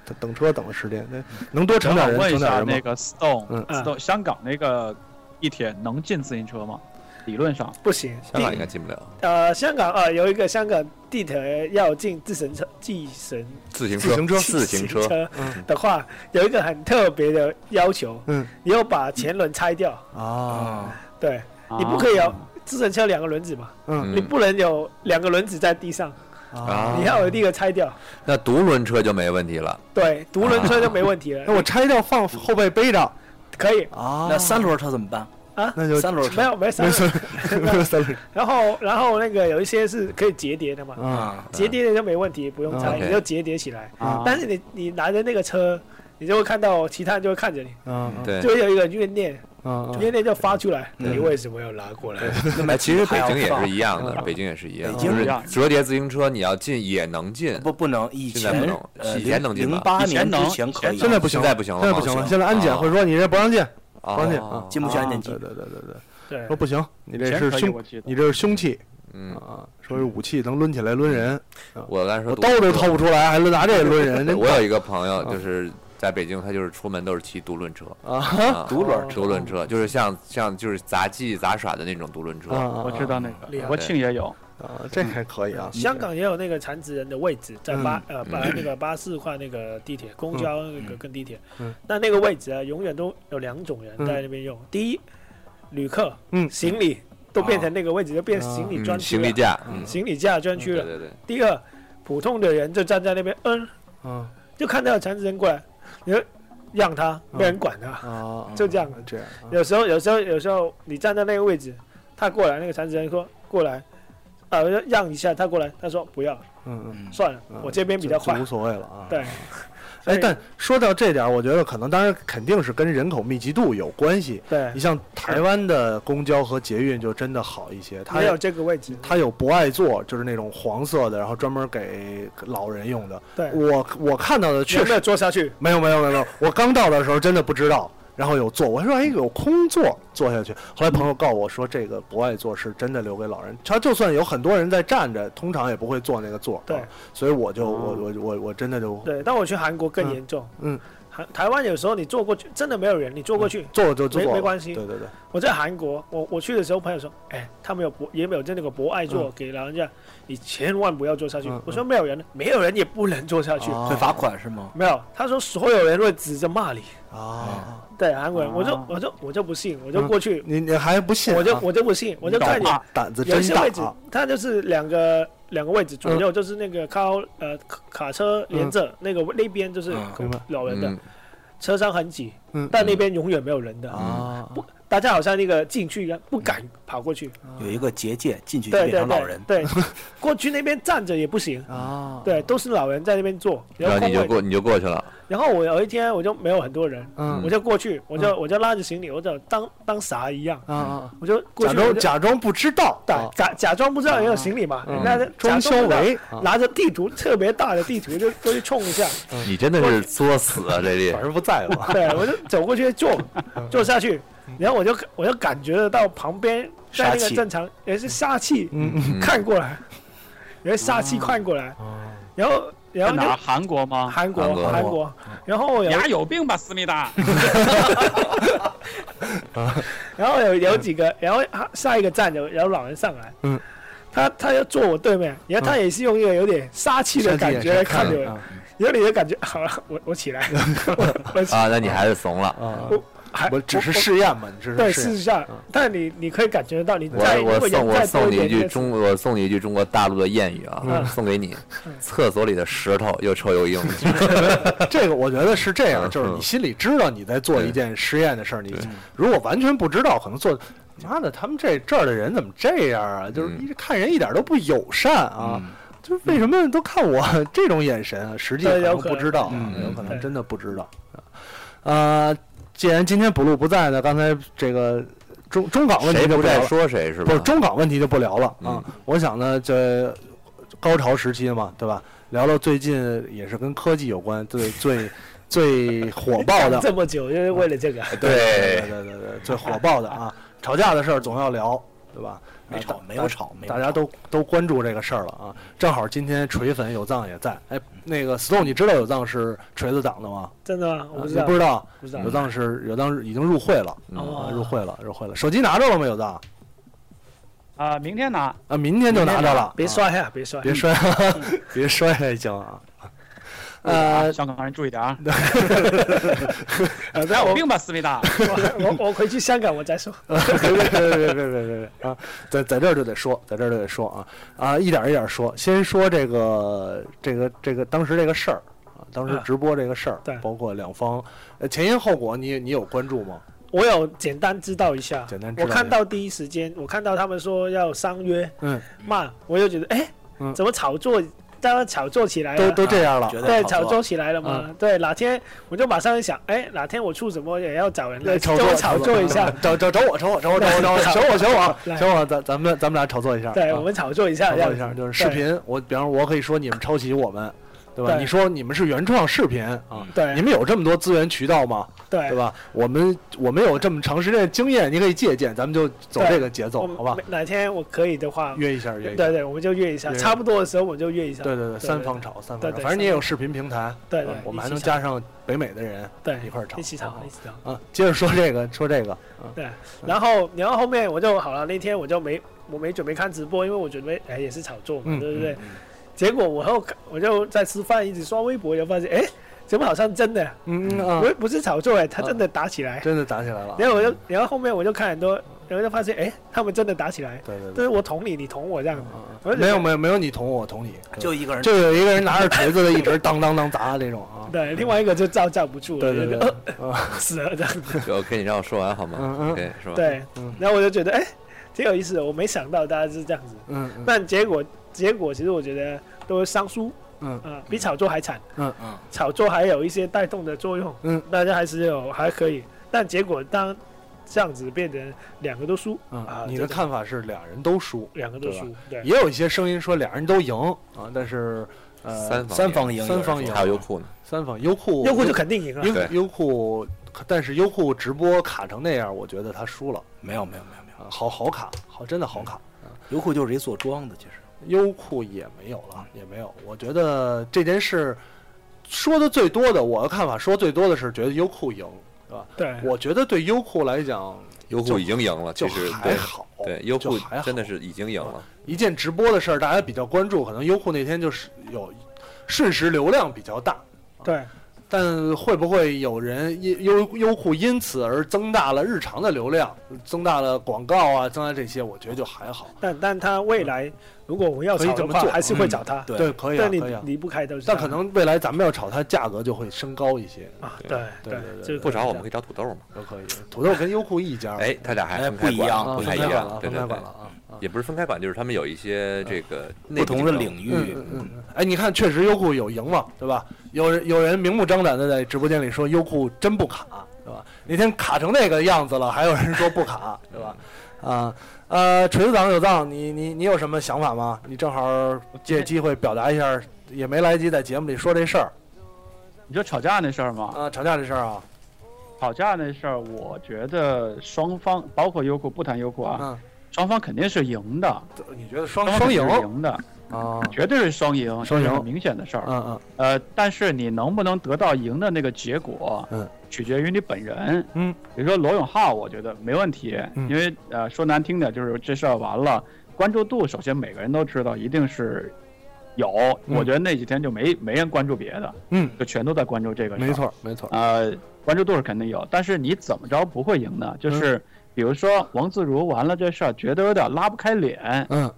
那等车等的时间，那能多乘
正好
点人
问
乘
一
点
下
人
那
吗？
个
嗯
Stone，Stone 香港那个地铁能进自行车吗？理论上。
不行。
香港应
地
该进不了
呃，香港啊、呃有一个香港地铁要进自行车、计程
自行
自
车，
行车
自行车，
嗯
的话，有一个很特别的要求，
嗯，
你要把前轮拆掉。
啊，
对，你不可以有
啊
自行车两个轮子嘛，
嗯
你
嗯
不能有两个轮子在地上，
啊
你要有第一个拆掉。
那独轮车就没问题了。
对，独轮车就没问题了，
啊那我拆掉放后背背着
可以
啊
那三轮车怎么办？
啊。
那就
三轮车
没有没事
没，事，没有 三轮
然后然后那个有一些是可以折叠的嘛，
啊，
折叠的就没问题，不用
嗯
拆，
OK
你就折叠起来。
啊
但是你你拿着那个车，你就会看到其他人就会看着你，
嗯嗯
对嗯
就，会有一个怨念，
嗯嗯
怨念就发出来。你为什么要拿过来？
哎，其实北京也是
还要放
一样的，北京也是一样，
北
就
京
是
一样
折叠自行车你要进也能进，
不不能，以
现在不
前
能
呃
以前能进吧
零八
以
年
前能
之前可以，
现在不行
现在不行了
现在
吗，
不行了，现在安检会说你这不让进，
啊
关键啊
进不去安检
对
机。
对对对对，
对
说，不行，你这
以前
是
可以
凶
我记，得
你这是凶器
嗯，
啊，说是武器能抡起来抡人，
我刚才说
我刀都
独
掏不出来，还抡拿这抡人，
对
真
我有一个朋友
啊
就是在北京，他就是出门都是骑独轮车，
啊
啊
独轮
独轮车就是像像就是杂技杂耍的那种独轮
啊
车，
啊！
我知道那个，
厉害
国庆也有，
啊，这还可以啊，
香港也有那个残疾人的位置，在巴呃
嗯
把那个巴士换那个地铁、公交那个跟地铁
嗯，
那那个位置啊，永远都有两种人
嗯
在那边用。第一，旅客，
嗯
行李都变成那个位置，就变行李专
嗯，
啊区
行
了
李，架，嗯，
行李架专区
对
了。
对对，
第二，普通的人就站在那边，嗯，
啊
就看到有残疾人过来，你就让他，
嗯
没人管他。
啊，
就这样
这样啊
有时候，有时候，有时候你站在那个位置，他过来，那个残疾人说过来，啊，让一下，他过来，他说不要，
嗯嗯，
嗯
算了，我这边比较
就就
快
无。所谓了啊。
对，所
哎
以，
但说到这点儿，我觉得可能当然肯定是跟人口密集度有关系。
对
你，像台湾的公交和捷运就真的好一些，它
没有这个位置。
它有不爱座，就是那种黄色的，然后专门给老人用的。
对，
我我看到的确
有没有
实嗯
坐下去？
没有没有没有没有，我刚到的时候真的不知道。然后有座，我还说哎有空座坐下去。后来朋友告我说这个不爱座是真的留给老人，他就算有很多人在站着，通常也不会坐那个座。啊
对，嗯
所以我就我我我我真的就
对，但我去韩国更严重。
嗯嗯，
韩台湾有时候你坐过去，真的没有人，你坐过去。
坐了就坐
没
了
没关系
对对对，
我在韩国，我我去的时候，朋友说，哎，他们有博也没有这那个博爱座给老人家，你千万不要坐下去
嗯嗯。
我说没有人，没有人也不能坐下去。
啊
会罚款是吗？
没有，他说所有人会指着骂你。
啊！
对，韩国人，我就
啊
我就我就不信，我就
嗯
过去，
你你还不信啊？
我就我就不信，我就看你
啊
胆子
有
真嗯
一些
大
位置
啊！，
它就是两个两个位置左右，就是那个靠呃卡卡车连着那个那边就是
嗯
嗯明白
老人的
嗯，
车上很挤
嗯，
但那边永远没有人的。
啊！
不大家好像那个进去一样，不敢跑过去。
有一个结界，进去就
对
变
对
成老人。
对，对过去那边站着也不行。
啊，
对，都是老人在那边坐，然
然
后
后你就
空
过
位。
你就过去了，
然后我有一天我就没有很多人，
嗯
我就过去，我就我就拉着行李，我就当当傻一样，
啊啊，
我就过
假
去，
装
我就
假装不知道，啊
对假假装不知道也有行李嘛，人家就假
嗯装
装
修哎
不知道啊
为，啊
拿着地图特别大的地图就过去冲一下，
你真的是作死啊，这里
反正不在 了。
对我就走过去坐坐下去，然后我就我就感觉得到旁边在那
杀
个
气
正常也是杀气
嗯嗯，
嗯
看过来，也是杀气看过来，然后然
在
后
哪儿？
就
韩国吗？
韩国
韩国
韩国，然后有
牙有病吧，思密达！
然后有有几个，然后他下一个站有有老人上来，
嗯，
他他要坐我对面，然后他也是用一个有点杀气的感觉来看着我，
啊
然后你就感觉好了，我我起来，我我起
啊，那你还是怂了。
啊，
还
我只是试验嘛，你只
对
是
试
试
一
验。
下
嗯，
但你你可以感觉到你
我
再如
我
果
送
人
我
再多
送你
点
一句
点
中，我送你一句中国大陆的谚语啊，
嗯
送给你
嗯：
厕所里的石头又臭又硬。
这个我觉得是这样，
嗯
就是你心里知道你在做一件实验的事儿，你
对
如果完全不知道，可能做。妈的，他们这这儿的人怎么这样啊？就是
嗯
一看人一点都不友善啊！就是为什么都看我 这种眼神啊？实际可
对
能
有可
不
能
知道啊，
嗯
有可能
对
真的不知道啊。呃，既然今天补录不在呢，刚才这个中中港问题
谁
就
不
不聊
在
了，
说谁是吧？
不是中港问题就不聊了啊
嗯。
我想呢，这高潮时期嘛，对吧？聊聊最近也是跟科技有关，最最最火爆 的，啊
这么久就是为了这个，
对
对
对对对，最火爆的啊，吵架的事儿总要聊，对吧？
没
啊
吵，
大
没有吵，没有
大家
吵
都都关注这个事儿了啊。正好今天锤粉有藏也在，哎，那个 Stone，你知道有藏是锤子党的吗？
真的吗？我不
啊你
知道
不，知道，
不知道
有，藏是有藏已经入会了
嗯
哦
啊，入会了，入会了。手机拿着了吗？有藏
啊，明天拿。
啊，明天就拿着了，
别
啊
摔呀， 别摔，
别摔， 别摔了已经啊。
啊
呃，
香港人注意点啊！
呃，
牙
那
有
我
病吧，思密达！
我我我回去香港我再说，
别别别别别别别别啊，在在这儿就得说，在这儿就得说啊啊，一点儿一点儿说，先说这个这个这个当时这个事儿啊，当时
啊
直播这个事儿，
对
包括两方呃前因后果你，你有关注吗？
我有简单知道一下，
简单知
我
道一下
看到第一时间，我看到他们说要商约，
嗯，
骂，我就觉得，哎
嗯，
怎么炒作，大家炒作起来
都
了，
都这样了，
觉
对，
得
炒
吵
作起来了
嗯
嘛？对，哪天我就马上一想，哎，哪天我出什么也要找人来
炒
跟
作
我炒作一下，，
找找找我，找我，找我，找我，找我，找我，找我，
来
找我，咱咱们咱们俩炒作一下，
对，
啊
我们炒作一下，
炒
这
作
样
一下，
子
就是视，频，我比方说我可以说你们抄袭我们，对吧？
对
你说你们是原创视频啊，
对
你们有这么多资源渠道吗？
对
对？吧？我们我们有这么长时间的经验，你可以借鉴，咱们就走这个节
我
奏，
们
好吧？
哪天我可以的话，
约一下，约
对
一下。
对，我们就约一下，
约一下
差不多的时候我就约一下，
对对对，三方吵，三方
对
吵，
对
反正你也有视频平台，
对对
啊我
一
们还
起
能
吵
加上北美的人
对
一块儿吵，
一起
好
炒，
不
一起炒。
好啊。接着说这个， 说这个，啊
对，然后然后后面我就好了，那天我就没我没准备看直播，因为我准备哎也是炒作嘛，
嗯
对不对？结果我后我就在吃饭，一直刷微博，就发现哎，怎么好像真的
嗯啊
不，是不是炒作哎，他真的打起来。
真的打起来了啊，
然后我就，然后后面我就看很多，然后就发现，哎，他们真的打起来，
对对
就
对
是我捅你，你捅我这样子。
啊，
我就觉得
没有没有没有你捅我，我捅你，
就一个人
就有一个人拿着锤子的，一直当当当砸这种啊，
对，另外一个就罩罩不住了，
对对对
就
啊，
是呃死了这样子。
就 OK，你让我说完好
嗯
吗
嗯
？OK，是吧？，
对
嗯，
然后我就觉得，哎，挺有意思的，我没想到大家是这样子。
嗯嗯
但结果，结果其实我觉得都是伤输，
嗯
啊，比炒作还惨。
嗯
嗯，
炒作还有一些带动的作用，
嗯，
大家还是有还可以。但结果当这样子变成两个都输，啊
嗯，你的
这种
看法是俩人都输，
两个都输，对
也有一些声音说俩人都赢啊，但是呃
三方
三
赢
方赢，
有
三
人
方
还有优
赢，
酷呢。
三方优酷
优酷就肯定赢了。啊
优
对
优酷，但是优酷直播卡成那样，我觉得他输了
没有没有没有没有，
啊，好好卡，好真的好卡。
优酷就是一做庄的，其实
优酷也没有了，也没有。我觉得这件事说的最多的，我的看法说最多的是觉得优酷赢，对吧？
对，
我觉得对优酷来讲
优酷已经赢了，
就
其实
还
对
好，
对，优
就
酷
还好
真的是已经赢了。
一件直播的事儿，大家比较关注，可能优酷那天就是有瞬时流量比较大，
对，
但会不会有人因优优酷因此而增大了日常的流量，增大了广告啊，增大这些，我觉得就还好。
但但他未来如果我们要
可以
炒
这
的
么
话，
做嗯
还是会找他。
对
对，可以啊，
但你
可以啊。
离不开都是他。
但可能未来咱们要炒它，价格就会升高一些，
啊，
对
对
对对对啊
这个
不找我们可
可以
以找土豆嘛？
都可以。土豆跟优酷一家，
哎，他俩还
哎
分开
不一
管
样
啊，
不
分开
太一
管
样
了，，
对
分
对
开
对
管了，啊。啊
也不是分开管，就是他们有一些这个内部
不同
竞
的
争
领域，
嗯嗯嗯，哎，你看，确实优酷有赢嘛，对吧？有人有人明目张胆的在直播间里说优酷真不卡，对吧？那天卡成那个样子了，还有人说不卡，对 吧？啊、呃，锤子党有藏，你你你有什么想法吗？你正好借机会表达一下，也没来得及在节目里说这事儿
你说吵架那事儿吗？
啊、吵架这事儿啊，
吵架那事儿，我觉得双方包括优酷，不谈优酷啊，
嗯，
双方肯定是赢的，
你觉得双
双方
双
肯
赢
定是
啊？
赢的，
嗯
绝对是双赢，
双赢
这是很明显的事儿。
嗯
呃，但是你能不能得到赢的那个结果，
嗯，
取决于你本人。
嗯，
比如说罗永浩，我觉得没问题，
嗯
因为呃说难听点就是这事儿完了，关注度首先每个人都知道一定是有，
嗯
我觉得那几天就没没人关注别的，
嗯，
就全都在关注这个事儿。
没错没错，
呃，关注度是肯定有，但是你怎么着不会赢呢？
嗯
就是比如说王自如完了这事儿，觉得有点拉不开脸，
嗯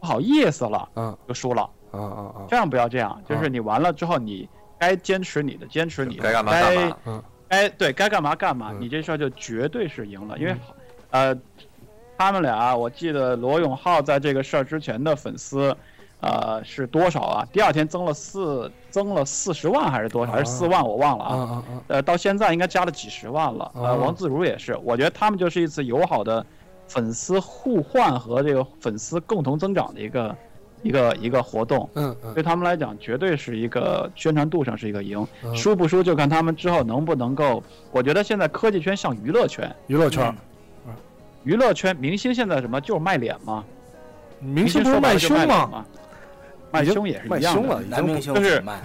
不好意思了，
嗯，
就输了。
啊啊
嗯
啊，
这样不要这样，就是你完了之后，你该坚持你的坚持你的，
该干嘛干
该
嘛，
该哎对该干嘛干嘛
嗯，
你这事儿就绝对是赢了，因为呃，他们俩，我记得罗永浩在这个事儿之前的粉丝。呃，是多少啊？第二天增了四，增了四十万还是多少？还是四万？我忘了
啊啊啊，
呃，到现在应该加了几十万了。
哦
呃，王自如也是，我觉得他们就是一次友好的粉丝互换和这个粉丝共同增长的一个一个一个活动，
嗯嗯，
对他们来讲绝对是一个宣传度上是一个赢，
嗯
输不输就看他们之后能不能够。我觉得现在科技圈像娱乐圈，
娱乐圈，
娱乐圈明星现在什么就是卖脸嘛，
嗯明星不是
说白
卖
了就
胸
脸
吗？
嘛？卖胸也是
卖
一样
胸
的
了，，已
男
经
明星
就是
怎么办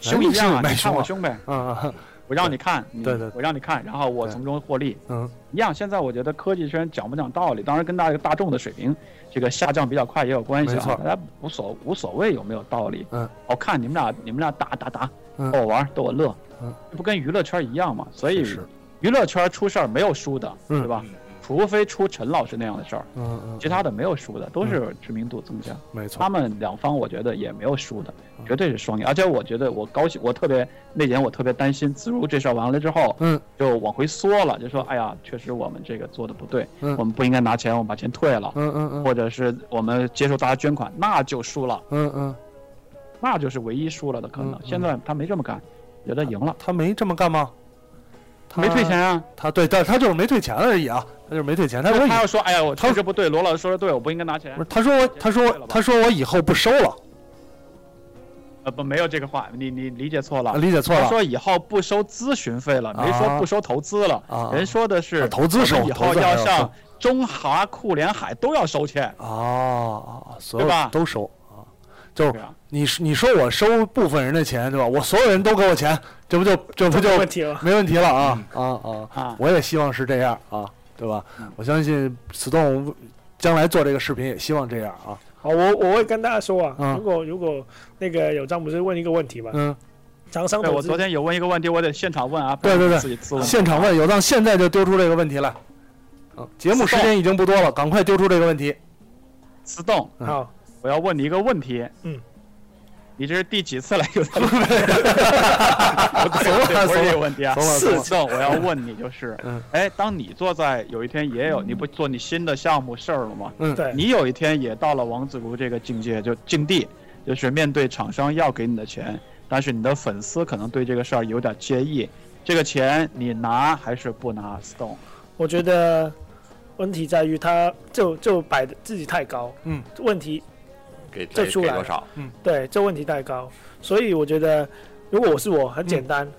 胸一样啊，
卖
你看
胸
我
了
胸呗，
啊啊，
我让你看，你
对对对
我让你看，然后我
对
从中获利。
嗯，
一样。现在我觉得科技圈讲不讲道理，当然跟大大众的水平这个下降比较快也有关系
没错
啊。大家无所无所谓有没有道理。
嗯，
我、看你们俩你们俩打打打，
嗯
逗我玩儿逗我乐，
嗯，
这不跟娱乐圈一样吗？所以
是是
娱乐圈出事儿没有输的，
嗯
对吧？除非出陈老师那样的事儿，
嗯嗯，
其他的没有输的，都是知名度增加。
没错
他，们两方我觉得也没有输的，
嗯
绝对是双赢。而且我觉得我高兴，我特别那年我特别担心自如这事儿完了之后，
嗯，
就往回缩了，就说哎呀，确实我们这个做的不对，
嗯
我们不应该拿钱，我们把钱退了，
嗯嗯嗯
或者是我们接受大家捐款，那就输了，
嗯嗯，
那就是唯一输了的可能。
嗯嗯
现在他没这么干，觉得赢了，
他没这么干吗？他
没退钱，啊。
他对，但是他就是没退钱而已啊，他就是没退钱，他说
那
以
他要说哎呀，我
他
确实不对，罗老师说的对，我不应该拿钱
不是，。他说我，他说我，他说我以后不收了，
呃，不，没有这个话，你你理解错了。
啊理解错
他
了
说以后不收咨询费了，没说
啊
不收投资了。
啊，
人说的是、
啊投资收
我们以
投
后
资还
要
要
上中华酷联海都要收钱，
啊，所
对
有
吧
都收啊，就是
对啊，
你你说我收部分人的钱对吧？我所有人都给我钱，这不就这不
这
就
个问题了。
没问题了啊啊啊！
啊，嗯
我也希望是这样啊，对吧？我相信 Stone 将来做这个视频也希望这样啊。
好，我我会跟大家说啊，
嗯
如果如果那个有章不是问一个问题嘛，
嗯，
厂商
对
投
哎我
资
昨天有问一个问题，我得现场问啊，
对
不
对
然
对
自己自问。
现场问有藏，现在就丢出这个问题来。嗯节目时间已经不多了，赶快丢出这个问题。
自动，
嗯
好，
我要问你一个问题，
嗯，
你这是第几次来 有咱们？我不是
怂了
不是这个问题啊，
怂了怂了
自动，我要问你就是
嗯，
哎，当你坐在有一天也有你不做你新的项目事儿了吗？
嗯，
对
你有一天也到了王自如这个境界，就境地，就是面对厂商要给你的钱，但是你的粉丝可能对这个事儿有点介意，这个钱你拿还是不拿？Stone，
我觉得问题在于他就就摆的自己太高，
嗯，
问题
给
这
给
出
给
来
多
了
少？
对这问题太高，所以我觉得如果我是我，很简单，
嗯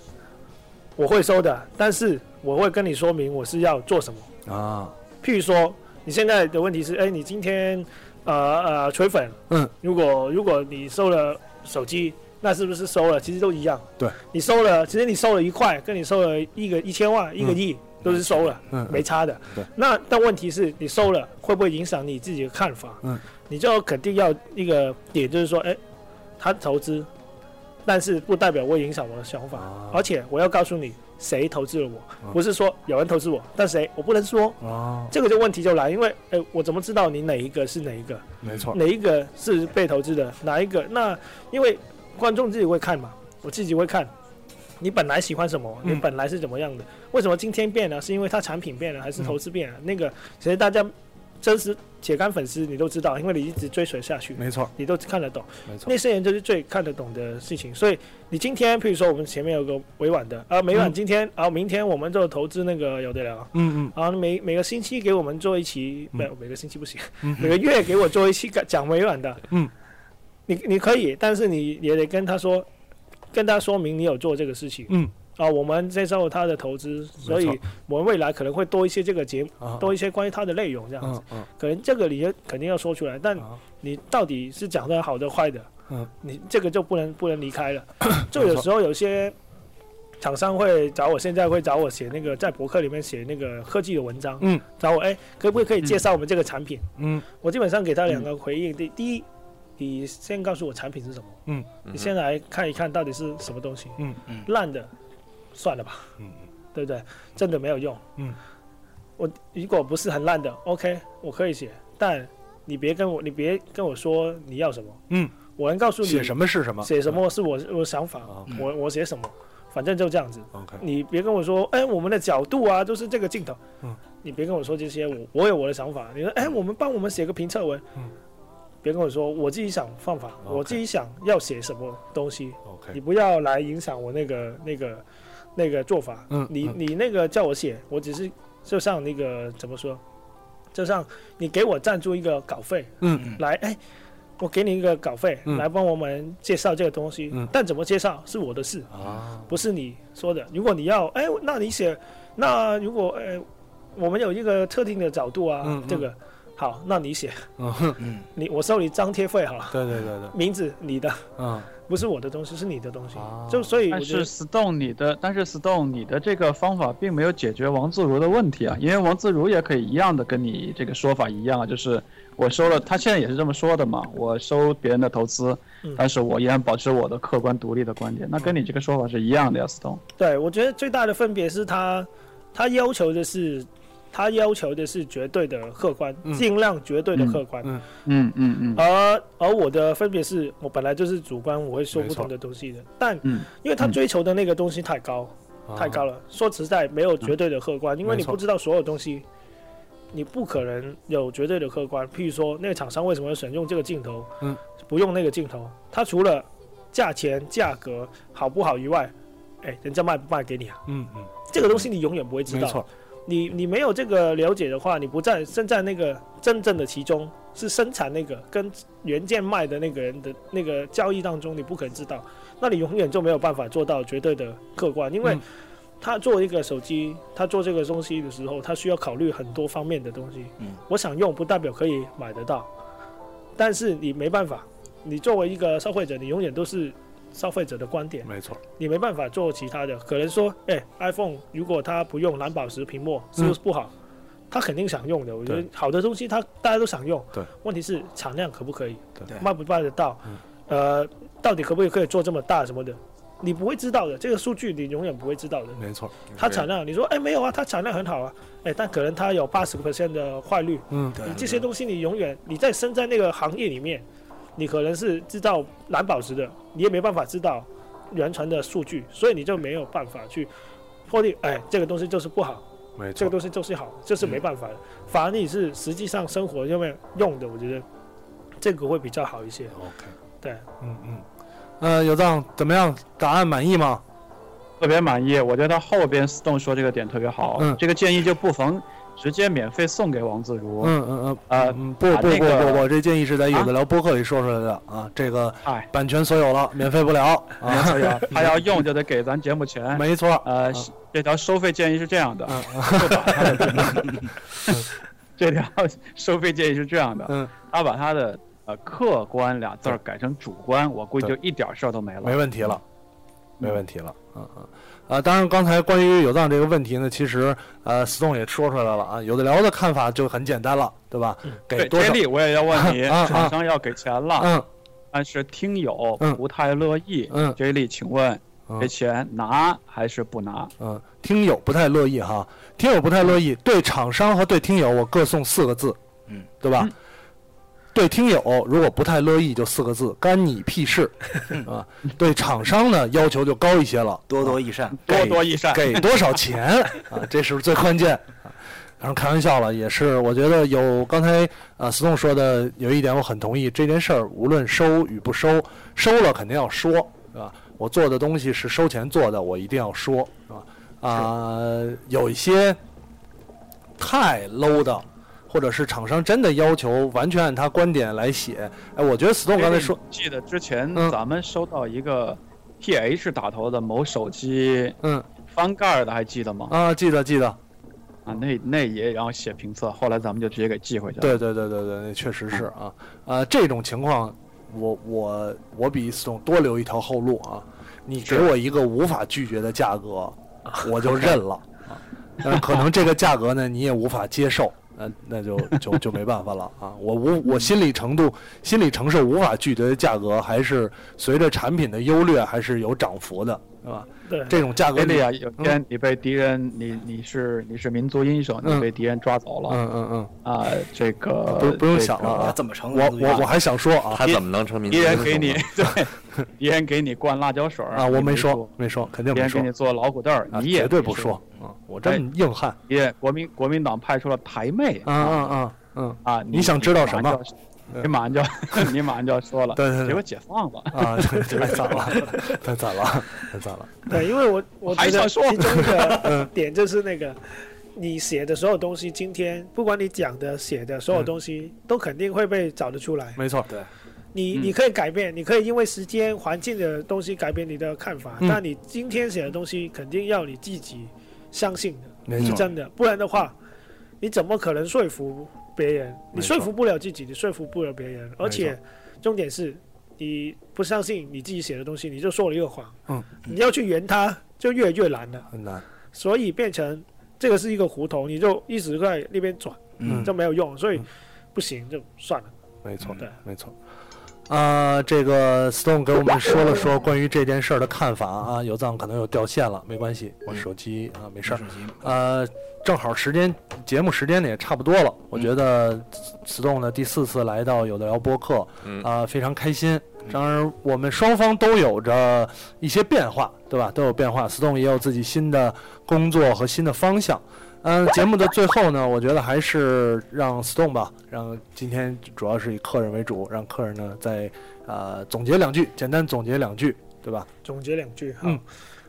我会收的，但是我会跟你说明我是要做什么。
啊，
譬如说，你现在的问题是，哎，你今天呃呃锤粉，
嗯，
如果如果你收了手机，那是不是收了？其实都一样。
对，
你收了，其实你收了一块，跟你收了一个一千万、一个亿，都是收了，
嗯，
没差的。
对
那但问题是你收了，会不会影响你自己的看法？
嗯，
你就肯定要一个点，就是说，哎，他投资，但是不代表我影响我的想法。
啊
而且我要告诉你，谁投资了我，不是说有人投资我，但谁我不能说。
哦，
这个就问题就来，因为哎，我怎么知道你哪一个是哪一个，
没错，
哪一个是被投资的，哪一个？那因为观众自己会看嘛，我自己会看。你本来喜欢什么？你
嗯
本来是怎么样的？为什么今天变了？是因为它产品变了，还是投资变了？
嗯
那个其实大家真实铁杆粉丝你都知道，因为你一直追随下去，
没错，
你都看得懂。
没错
那，些人就是最看得懂的事情。所以你今天，譬如说我们前面有个委婉的啊，委婉
嗯
今天、啊，明天我们就投资那个有的聊。
嗯
啊，每每个星期给我们做一期，没有每个星期不行，
嗯
每个月给我做一期讲讲微软的。
嗯，
你你可以，但是你也得跟他说，跟他说明你有做这个事情。
嗯，
啊，我们接受他的投资，所以
没错
我们未来可能会多一些这个节目，
嗯，
多一些关于他的内容这样子。
嗯嗯
可能这个你也肯定要说出来，但
啊
你到底是讲的好的坏的，
嗯，
你这个就不能不能离 开了。就有时候有些厂商会找我，现在会找我写那个在博客里面写那个科技的文章，
嗯，
找我哎，可不可以介绍我们这个产品？
嗯
我基本上给他两个回应，第第一，你先告诉我产品是什么，
嗯，
你先来看一看到底是什么东西，
嗯
嗯
烂的算了吧，
嗯，
对不对？真的没有用。
嗯，
我如果不是很烂的，OK，我可以写，但你别跟我，你别跟我说你要什么。
嗯，
我能告诉你
写什么是什么，
写什么是我我想法，
啊
我我写什么，反正就这样子。
？OK，
你别跟我说，哎，我们的角度啊，就是这个镜头。
嗯，
你别跟我说这些，我我有我的想法。你说，哎，我们帮我们写个评测文。
嗯，
别跟我说，我自己想方法，
OK
我自己想要写什么东西。你
OK，
不要来影响我那个那个那个做法。
嗯
你
嗯
你那个叫我写，我只是就像那个怎么说，就像你给我赞助一个稿费
嗯
来，哎，我给你一个稿费、
嗯
来帮我们介绍这个东西，
嗯
但怎么介绍是我的事，
啊，
不是你说的。如果你要，哎，那你写，那如果哎，我们有一个特定的角度啊，
嗯嗯
这个好，那你写，
嗯，
嗯，
你我收你张贴费好了，
对对对对，
名字你的，
嗯，
不是我的东西，是你的东西。
啊
就所以我
但
觉得
是 Stone 你的，但是 Stone 你的这个方法并没有解决王自如的问题啊，因为王自如也可以一样的跟你这个说法一样啊，就是我收了，他现在也是这么说的嘛，我收别人的投资
嗯，
但是我依然保持我的客观独立的观点，那跟你这个说法是一样的呀，Stone。
对，我觉得最大的分别是他，他要求的是，他要求的是绝对的客观，
嗯
尽量绝对的客观。
嗯
嗯嗯嗯
而而我的分别是我本来就是主观，我会说
没
不
错
同的东西的，但
嗯
因为他追求的那个东西太高，太高
了，
了。说实在，没有绝对的客观，
嗯
因为
没
你
错
不知道所有东西，你不可能有绝对的客观。譬如说，那个厂商为什么选用这个镜头，
嗯，
不用那个镜头？它除了价钱、价格好不好以外，哎，人家卖不卖给你啊？
嗯嗯，
这个东西你永远不会知
没
道。
错，
你你没有这个了解的话，你不在身在那个真正的其中，是生产那个跟原件卖的那个人的那个交易当中，你不可能知道，那你永远就没有办法做到绝对的客观，因为
嗯
他做一个手机，他做这个东西的时候，他需要考虑很多方面的东西。
嗯，
我想用不代表可以买得到，但是你没办法，你作为一个消费者，你永远都是消费者的观点。
没错，
你没办法做其他的。可能说，哎、i p h o n e 如果它不用蓝宝石屏幕，是不是不好？他肯定想用的，我觉得
嗯对
好的东西他大家都想用。
对，
问题是产量可不可以
对，
卖不卖得到？
嗯
呃，到底可不可以做这么大什么的？你不会知道的，这个数据你永远不会知道的。
没错，
它产量，你说哎没有啊，它产量很好啊，哎，但可能它有八十 percent 的坏率，
嗯
对
你，这些东西你永远你在身在那个行业里面，你可能是制造蓝宝石的，你也没办法知道原传的数据，所以你就没有办法去破定，哎，这个东西就是不好，
没
这
错
个，东西就是好，这是没办法的。反而你是实际上生活用用的，我觉得这个会比较好一些。
OK，
对，
嗯嗯，呃，有藏怎么样？答案满意吗？
特别满意，我觉得他后边 Stone 说这个点特别好，
嗯
这个建议就不妨直接免费送给王自如。
嗯嗯嗯，
呃，
嗯，不
把
不
那
不
个
不，我这建议是在有的聊播客里说出来的啊，这个
哎
版权所有了，免费不了啊，
他要用就得给咱节目钱。
没错，
呃，这条收费建议是这样的，
嗯
就把他的 这条收费建议是这样的，
嗯，
他把他的呃客观俩字儿改成主观，我估计就一点事儿都没了。
没问题
嗯
了，没问题了，嗯嗯。啊，当然，刚才关于有藏这个问题呢，其实呃，Stone 也说出来了啊，有的聊的看法就很简单了，对吧？给
嗯对，
多
接
少？
力我也要问你，
啊啊
厂商要给钱了，
嗯，
但是听友
嗯
不太乐意。
嗯
J 莉，请问
嗯
这钱拿还是不拿？
嗯，听友不太乐意哈，听友不太乐意，对厂商和对听友我各送四个字，
嗯，
对吧？对听友如果不太乐意就四个字，干你屁 事啊！对厂商呢要求就高一些了，
多多益善，
多多益 善。
给多少钱啊？这是最关键。啊当然开玩笑了，也是我觉得有刚才呃思栋说的有一点我很同意，这件事儿无论收与不收，收了肯定要说，是吧？我做的东西是收钱做的，我一定要说，是吧？啊、有一些太 low 的，或者是厂商真的要求完全按他观点来写，哎，我觉得思栋刚才说，
记得之前
嗯
咱们收到一个 T H 打头的某手机
嗯
翻盖儿的，还记得吗？
啊，记得记得，
啊，那那也然后写评测，后来咱们就直接给寄回去了。
对对对对对，那确实是啊，呃，这种情况，我我我比斯通多留一条后路啊，你给我一个无法拒绝的价格，我就认了啊，但是可能这个价格呢，你也无法接受。那那就就就没办法了啊！我无我心理程度、心理承受无法拒绝的价格，还是随着产品的优劣还是有涨幅的，是吧？
对，
这种价格
威
你，
利啊，有天你被敌人，你你是你是民族英雄，
嗯
你被敌人抓走了
嗯嗯嗯，
啊！这个
不不用想了
啊，
啊！
怎么成
我
为民族英雄？
我我还想说啊，
他怎么能成民
这个
族英雄呢？
敌人给你 对，敌人给你灌辣椒水儿
啊，我
你没
没说，没说，肯定
敌
没
人给
说
你，做老虎凳儿，
啊
你也
绝对
没
不说，啊！我这
哎
么硬汉，
敌人国民国民党派出了台妹
啊啊啊，嗯
啊！
你想知道什么？
你马上就你马上就要 说了，
对对对
结果解放了，
啊，太惨了，太惨了，太惨了，
对，因为我我
还
觉得
想
其
说嗯
中一个 点就是那个，你写的所有东西，今天不管你讲的、写的所有东西，都肯定会被找得出来。
没错，
你
嗯
你可以改变，你可以因为时间、环境的东西改变你的看法，
嗯
但你今天写的东西肯定要你自己相信的，
没
是
错，
真的，不然的话，你怎么可能说服别人？
没
你
错
说服不了自己，你说服不了别人，而且重点是，你不相信你自己写的东西，你就说了一个谎，
嗯，
你要去圆它就越来越难了，
很难，
所以变成这个是一个胡同，你就一直在那边转，
嗯
就没有用，所以
嗯
不行就算了。
没错
对，
没错。啊，这个 Stone 给我们说了说关于这件事儿的看法啊，有藏可能有掉线了，没关系，我手机啊没事儿
手。机
呃，正好时间节目时间呢也差不多了，我觉得 Stone 呢第四次来到有的聊播客，
嗯
啊、非常开心。当然，我们双方都有着一些变化，对吧？都有变化，Stone 也有自己新的工作和新的方向。嗯，节目的最后呢，我觉得还是让 Stone 吧，让今天主要是以客人为主，让客人呢再呃总结两句，简单总结两句，对吧？
总结两句，好，
嗯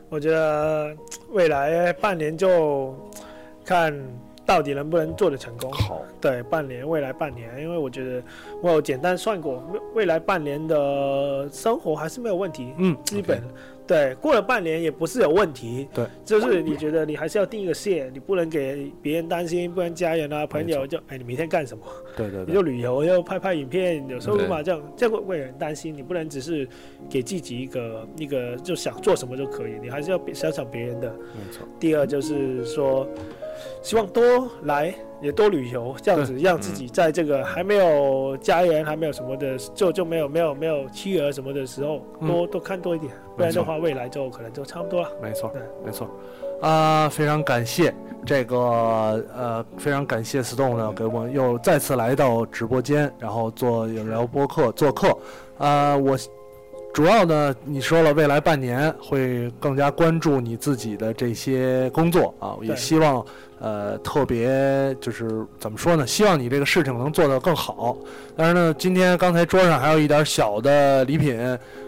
我觉得未来半年就看到底能不能做得成功。
好，
对，半年，未来半年，因为我觉得我有简单算过，未未来半年的生活还是没有问题，
嗯，
基本。对，过了半年也不是有问题，
对，
就是你觉得你还是要定一个线，你不能给别人担心，不然家人啊、朋
没错
友就哎，你明天干什么？
对对
你
对
就，旅游，又拍拍影片，有收入嘛，这样这样会会有人担心。你不能只是给自己一个一个就想做什么就可以，你还是要别想想别人的。
没错，
第二就是说，希望多来也多旅游，这样子让自己在这个还没有家人、还没有什么的，就就没有没有没有妻儿什么的时候，
嗯
多多看多一点，不然的话未来就可能就差不多了。
没错
对，
没错。啊、非常感谢这个呃，非常感谢 Stone
嗯
呢，给我们又再次来到直播间，然后做有聊播客做客。呃，我主要呢，你说了未来半年会更加关注你自己的这些工作啊，也
对
希望呃特别就是怎么说呢，希望你这个事情能做得更好。当然呢，今天刚才桌上还有一点小的礼品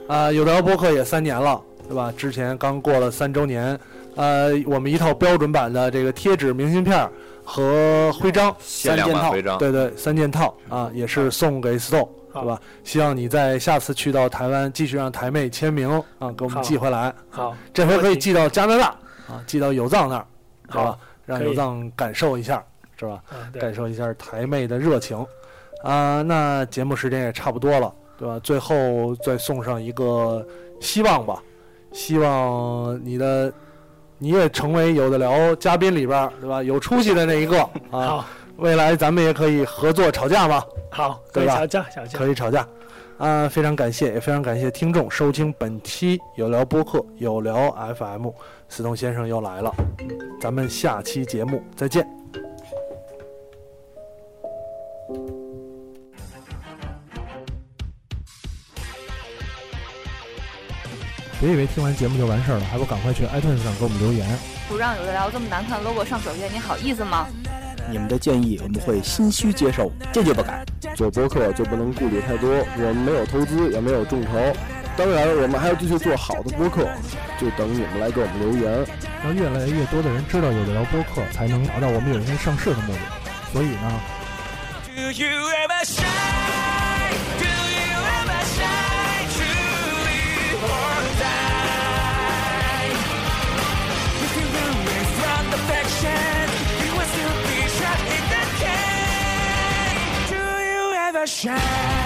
啊、有聊播客也三年了，对吧？之前刚过了三周年，呃，我们一套标准版的这个贴纸、明信片儿和徽章
限量版徽章，嗯
对对，三件套啊，也是送给 Stone，
好
对吧？希望你在下次去到台湾，继续让台妹签名啊，给我们
好
寄回来。
好，
这回可以
问题
寄到加拿大啊，寄到有藏那儿，是吧
好？
让
可以
有藏感受一下，是吧？
啊，
感
对，
受一下台妹的热情。啊、那节目时间也差不多了，对吧？最后再送上一个希望吧，希望你的你也成为有的聊嘉宾里边儿，对吧？有出息的那一个啊。
好
未来咱们也可以合作吵架嘛，
好，可
对
以
吧
吵架，吵架
可，以吵架。啊、啊，非常感谢，也非常感谢听众收听本期有聊播客有聊 FM，司彤先生又来了，嗯咱们下期节目再见。
别以为听完节目就完事儿了，还不赶快去 iTunes 上给我们留言。
不让有的聊这么难看的 logo 上首页，你好意思吗？
你们的建议我们会心虚接受，坚决不改。
做播客就不能顾虑太多，我们没有投资，也没有众筹，当然我们还要继续做好的播客，就等你们来给我们留言。
让越来越多的人知道有的聊播客，才能达到我们有一天上市的目的。所以呢，
Do you ever shine? Do you ever shine? Truly or die? You can run away from the faction. You will still be trapped in the cage. Do you ever shine?